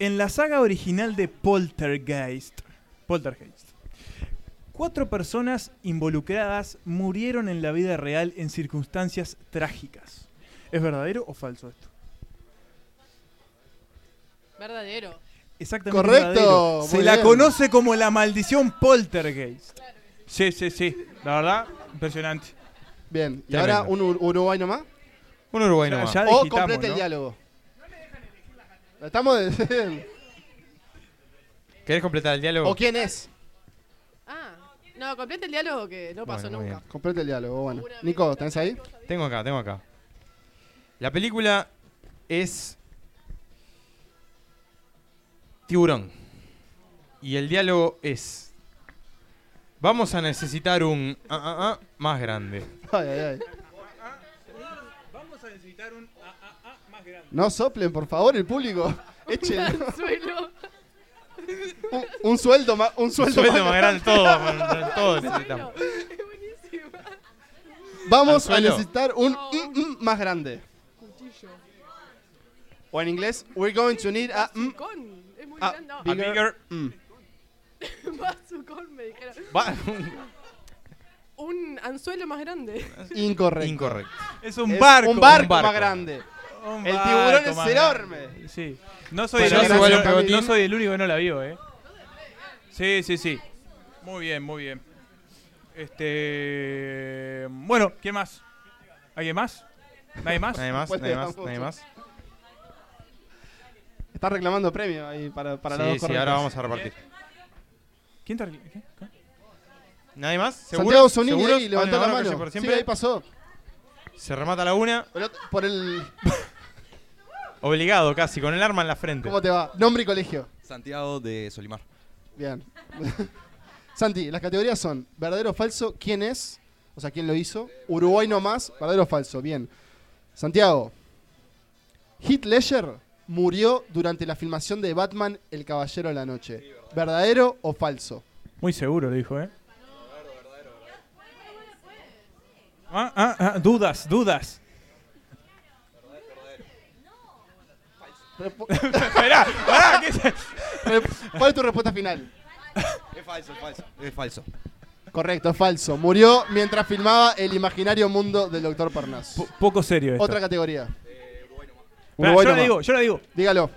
Speaker 3: En la saga original de Poltergeist, Poltergeist, cuatro personas involucradas murieron en la vida real en circunstancias trágicas. ¿Es verdadero o falso esto?
Speaker 8: Verdadero.
Speaker 3: Exactamente.
Speaker 2: Correcto,
Speaker 3: verdadero.
Speaker 2: muy
Speaker 3: Se la
Speaker 2: bien.
Speaker 3: conoce como la maldición Poltergeist. Sí, sí, sí. La verdad, impresionante.
Speaker 2: Bien. ¿Y
Speaker 1: Tremendo.
Speaker 2: ahora un ur- Uruguay nomás?
Speaker 1: Un Uruguay
Speaker 3: Ya-
Speaker 1: nomás.
Speaker 3: ya
Speaker 2: O
Speaker 3: digitamos,
Speaker 2: Oh, complete el
Speaker 3: ¿no?
Speaker 2: diálogo. Estamos de...
Speaker 1: ¿Querés completar el diálogo?
Speaker 2: ¿O quién es?
Speaker 8: Ah, no, complete el diálogo que no pasó
Speaker 1: Bueno, muy
Speaker 8: nunca.
Speaker 2: Complete el diálogo, bueno. Nico, ¿tenés ahí?
Speaker 1: Tengo acá, tengo acá. La película es Tiburón. Y el diálogo es Vamos a necesitar un ah, ah, ah, más grande.
Speaker 2: Ay, ay, ay.
Speaker 3: Vamos a necesitar un AAA más grande.
Speaker 2: No soplen, por favor, el público. Echen
Speaker 8: Al suelo.
Speaker 2: un, un sueldo más. Un
Speaker 1: Un
Speaker 2: sueldo,
Speaker 1: sueldo
Speaker 2: más.
Speaker 1: más grande todo, todo necesitamos.
Speaker 8: Bueno, es buenísima.
Speaker 2: Vamos
Speaker 1: Al
Speaker 2: a
Speaker 1: suelo.
Speaker 2: necesitar un
Speaker 8: No,
Speaker 2: mm, mm más grande.
Speaker 8: Cuchillo.
Speaker 2: O en inglés, we're going to need a mm,
Speaker 8: Ah, Con. Es muy
Speaker 2: Ah,
Speaker 8: grande.
Speaker 1: A
Speaker 8: No,
Speaker 1: bigger-
Speaker 2: mm.
Speaker 8: bazucón, me dijeron.
Speaker 1: va-
Speaker 8: Un anzuelo más grande.
Speaker 2: Incorrecto.
Speaker 1: Incorrecto.
Speaker 3: Es un
Speaker 2: Es
Speaker 3: barco.
Speaker 2: Un barco,
Speaker 1: Un barco.
Speaker 2: más grande.
Speaker 3: Un
Speaker 2: El
Speaker 3: barco
Speaker 2: tiburón es
Speaker 3: más
Speaker 2: enorme.
Speaker 3: grande. Sí. No soy,
Speaker 2: Bueno,
Speaker 3: el único,
Speaker 2: gracias,
Speaker 3: no-
Speaker 2: Pablín.
Speaker 3: no soy el único que no la vio, ¿eh? Sí, sí, sí. Muy bien, muy bien. Este. Bueno, ¿quién más? ¿Alguien más? ¿Nadie más?
Speaker 1: Nadie más,
Speaker 2: ¿Cuál
Speaker 1: nadie
Speaker 2: te
Speaker 1: más,
Speaker 2: damos?
Speaker 1: nadie más.
Speaker 2: Estás reclamando premio ahí para, para las
Speaker 1: sí,
Speaker 2: dos Eh,
Speaker 1: sí,
Speaker 2: correctas.
Speaker 1: ahora vamos a repartir.
Speaker 3: ¿Quién te arregla- qué? ¿Cómo?
Speaker 1: ¿Nadie más? ¿Seguro?
Speaker 2: Santiago Zunini
Speaker 1: ¿Seguro?
Speaker 2: ahí levantó la mano. Sí, ahí pasó.
Speaker 1: Se remata la una,
Speaker 2: Por ot- Por el.
Speaker 1: obligado casi, con el arma en la frente.
Speaker 2: ¿Cómo te va? Nombre y colegio.
Speaker 9: Santiago de Solimar.
Speaker 2: Bien. Santi, las categorías son verdadero o falso, quién es, o sea, quién lo hizo, Uruguay no más, verdadero o falso, bien. Santiago, Heath Ledger murió durante la filmación de Batman El Caballero de la Noche. ¿Verdadero o falso?
Speaker 3: Muy seguro lo dijo, ¿eh? Ah, ah, ah, dudas, dudas.
Speaker 2: Repo-
Speaker 3: Esperá, pará, ¿qué es?
Speaker 2: rep- ¿Cuál es tu respuesta final?
Speaker 9: Es falso, es falso. Es falso.
Speaker 2: Correcto, es falso. Murió mientras filmaba El imaginario mundo del Doctor Parnaso.
Speaker 3: Po- poco serio esto.
Speaker 2: Otra categoría.
Speaker 3: Pará,
Speaker 2: Eh, Uruguay
Speaker 3: yo
Speaker 2: no
Speaker 3: la
Speaker 2: más.
Speaker 3: digo, yo la digo.
Speaker 2: Dígalo.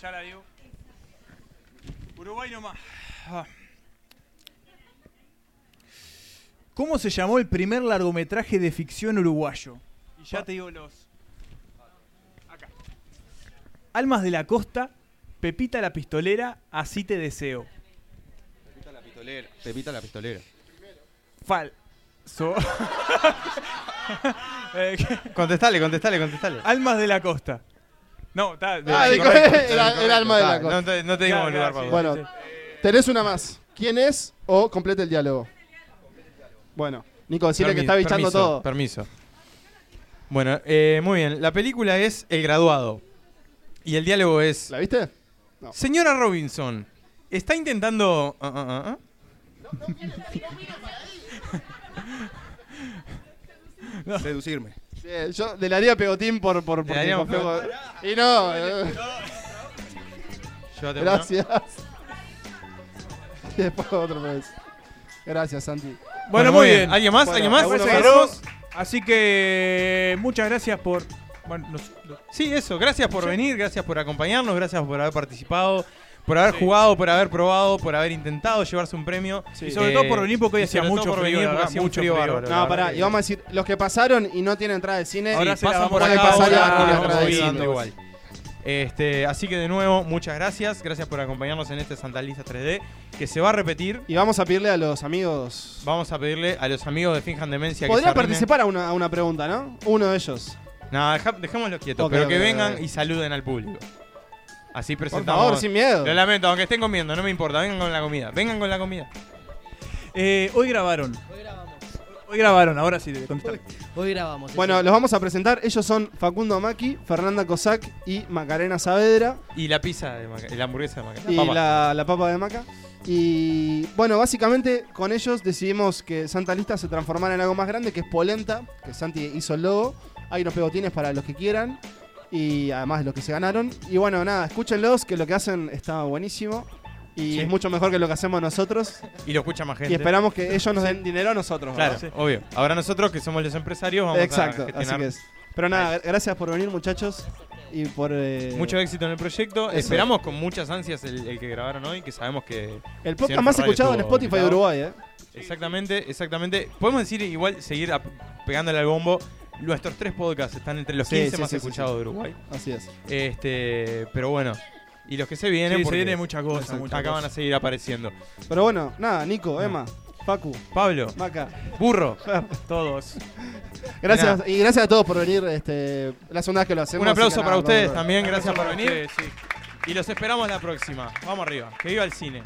Speaker 3: ya, la digo. Uruguay nomás. Ah. ¿Cómo se llamó el primer largometraje de ficción uruguayo? Y ya te digo los. Acá. Almas de la Costa, Pepita la Pistolera, Así te deseo.
Speaker 9: Pepita la pistolera. Pepita la pistolera.
Speaker 3: Falso. Eh, ¿qué?
Speaker 1: Contestale, contestale, contestale.
Speaker 3: Almas de la Costa. No, está.
Speaker 2: Ah,
Speaker 3: sí,
Speaker 2: digo,
Speaker 3: correcto.
Speaker 2: era, era alma de la
Speaker 1: Ah,
Speaker 2: cosa.
Speaker 1: no, te, no te dimos
Speaker 3: Claro,
Speaker 1: lugar,
Speaker 3: claro, sí,
Speaker 1: Pablo.
Speaker 2: Bueno, tenés una más. ¿Quién es o complete el diálogo? Bueno, Nico, decirle que
Speaker 1: Permi-
Speaker 2: está bichando
Speaker 1: permiso,
Speaker 2: todo.
Speaker 1: Permiso. Bueno, eh, muy bien. La película es El graduado. Y el diálogo es...
Speaker 2: ¿La viste?
Speaker 1: Señora Robinson, ¿está intentando... ah, ah, ah, ah?
Speaker 9: Seducirme.
Speaker 2: Sí, yo le daría pegotín por... por, por
Speaker 1: Le daría
Speaker 2: por-
Speaker 1: un-
Speaker 2: por- Y no, eh,
Speaker 1: Llévate una.
Speaker 2: gracias. Y después otra vez. Gracias, Santi.
Speaker 3: Bueno, muy bien.
Speaker 1: ¿Alguien más?
Speaker 2: Bueno,
Speaker 1: ¿Alguien más? ¿Se
Speaker 2: ¿alguno más?
Speaker 1: cerró?
Speaker 3: Así que muchas gracias por. Bueno, los- los-
Speaker 1: Sí, eso. Gracias por venir, gracias por acompañarnos, gracias por haber participado, por haber jugado, por haber probado, por haber intentado llevarse un premio.
Speaker 3: Y sobre todo por venir, porque hoy
Speaker 1: y
Speaker 3: hacía
Speaker 1: sobre todo
Speaker 3: mucho
Speaker 1: por
Speaker 3: frío,
Speaker 1: venir,
Speaker 3: la
Speaker 1: porque
Speaker 3: verdad,
Speaker 1: hacía un
Speaker 3: mucho
Speaker 1: frío
Speaker 3: frío.
Speaker 1: bárbaro. la
Speaker 2: No,
Speaker 1: verdad
Speaker 2: pará,
Speaker 1: que-
Speaker 2: y vamos a decir, los que pasaron y no tienen entrada de cine,
Speaker 3: Ahora
Speaker 1: Sí,
Speaker 3: se la
Speaker 1: pasan
Speaker 3: vamos
Speaker 1: por
Speaker 2: a
Speaker 1: acá,
Speaker 2: pasar
Speaker 1: ahora
Speaker 2: a-
Speaker 1: la
Speaker 2: a
Speaker 1: vamos
Speaker 2: través,
Speaker 1: moviendo
Speaker 2: sí.
Speaker 1: igual. Este, así que de nuevo, muchas gracias. Gracias por acompañarnos en este Santa Lista 3D, que se va a repetir.
Speaker 2: y vamos a pedirle a los amigos...
Speaker 1: Vamos a pedirle a los amigos de Finjan Demencia que se
Speaker 2: Podría
Speaker 1: arrimen.
Speaker 2: participar a una, a una pregunta, ¿no? Uno de ellos.
Speaker 1: No, deja- dejémoslo quieto,
Speaker 2: Ok,
Speaker 1: pero
Speaker 2: ok,
Speaker 1: que
Speaker 2: ok,
Speaker 1: vengan
Speaker 2: ok.
Speaker 1: y saluden al público. Así
Speaker 2: Por
Speaker 1: presentamos.
Speaker 2: favor, sin miedo.
Speaker 1: Lo lamento, aunque estén comiendo, no me importa. Vengan con la comida. Vengan con la comida.
Speaker 3: Eh, hoy grabaron. Hoy grabamos. Hoy grabaron, ahora sí, contestame.
Speaker 10: Hoy grabamos.
Speaker 2: Bueno, los vamos a presentar. Ellos son Facundo Maki, Fernanda Cossack y Macarena Saavedra.
Speaker 1: Y la pizza, de Maca- y la hamburguesa de Maca.
Speaker 2: y
Speaker 1: Papa.
Speaker 2: la, la papa de Maca. Y bueno, básicamente con ellos decidimos que Santa Lista se transformara en algo más grande, que es Polenta, que Santi hizo el logo. Hay unos pegotines para los que quieran y además de los que se ganaron. Y bueno, nada, escúchenlos, que lo que hacen está buenísimo y
Speaker 1: Sí.
Speaker 2: es mucho mejor que lo que hacemos nosotros.
Speaker 1: Y lo escucha más gente.
Speaker 2: Y esperamos que ellos nos den dinero a nosotros.
Speaker 1: Claro,
Speaker 2: ¿verdad?
Speaker 1: obvio. Ahora nosotros, que somos los empresarios, vamos
Speaker 2: Exacto,
Speaker 1: a
Speaker 2: así
Speaker 1: gestionar.
Speaker 2: que es. Pero nada, gracias por venir muchachos y por... eh,
Speaker 1: Mucho e- éxito en el proyecto.
Speaker 2: Eso.
Speaker 1: Esperamos con muchas ansias el, el que grabaron hoy, que sabemos que.
Speaker 2: El podcast
Speaker 1: Siempre
Speaker 2: más
Speaker 1: Radio
Speaker 2: escuchado en
Speaker 1: estuvo
Speaker 2: Spotify de
Speaker 1: invitado.
Speaker 2: Uruguay, ¿eh?
Speaker 1: Exactamente, exactamente. Podemos decir, igual, seguir ap- pegándole al bombo. Nuestros tres podcasts están entre los
Speaker 2: Sí,
Speaker 1: 15
Speaker 2: sí,
Speaker 1: más
Speaker 2: sí, sí,
Speaker 1: escuchados
Speaker 2: sí.
Speaker 1: de Uruguay.
Speaker 2: Así es.
Speaker 1: Este, pero bueno. Y los que se
Speaker 3: Sí,
Speaker 1: vienen,
Speaker 3: se
Speaker 1: porque
Speaker 3: viene mucha cosa, mucha
Speaker 1: acá van
Speaker 3: cosa.
Speaker 1: a seguir apareciendo.
Speaker 2: Pero bueno, nada, Nico, Emma, Facu,
Speaker 1: Pablo,
Speaker 2: Maca.
Speaker 1: burro,
Speaker 3: Todos.
Speaker 2: Gracias,
Speaker 1: Nada.
Speaker 2: y gracias a todos por venir. Este, la segunda vez que lo hacemos.
Speaker 1: un aplauso
Speaker 2: así que
Speaker 1: para
Speaker 2: nada,
Speaker 1: ustedes
Speaker 2: vamos a-
Speaker 1: también. Gracias por
Speaker 3: Sí,
Speaker 1: venir.
Speaker 3: sí.
Speaker 1: Y los esperamos la próxima. Vamos arriba. Que viva el cine.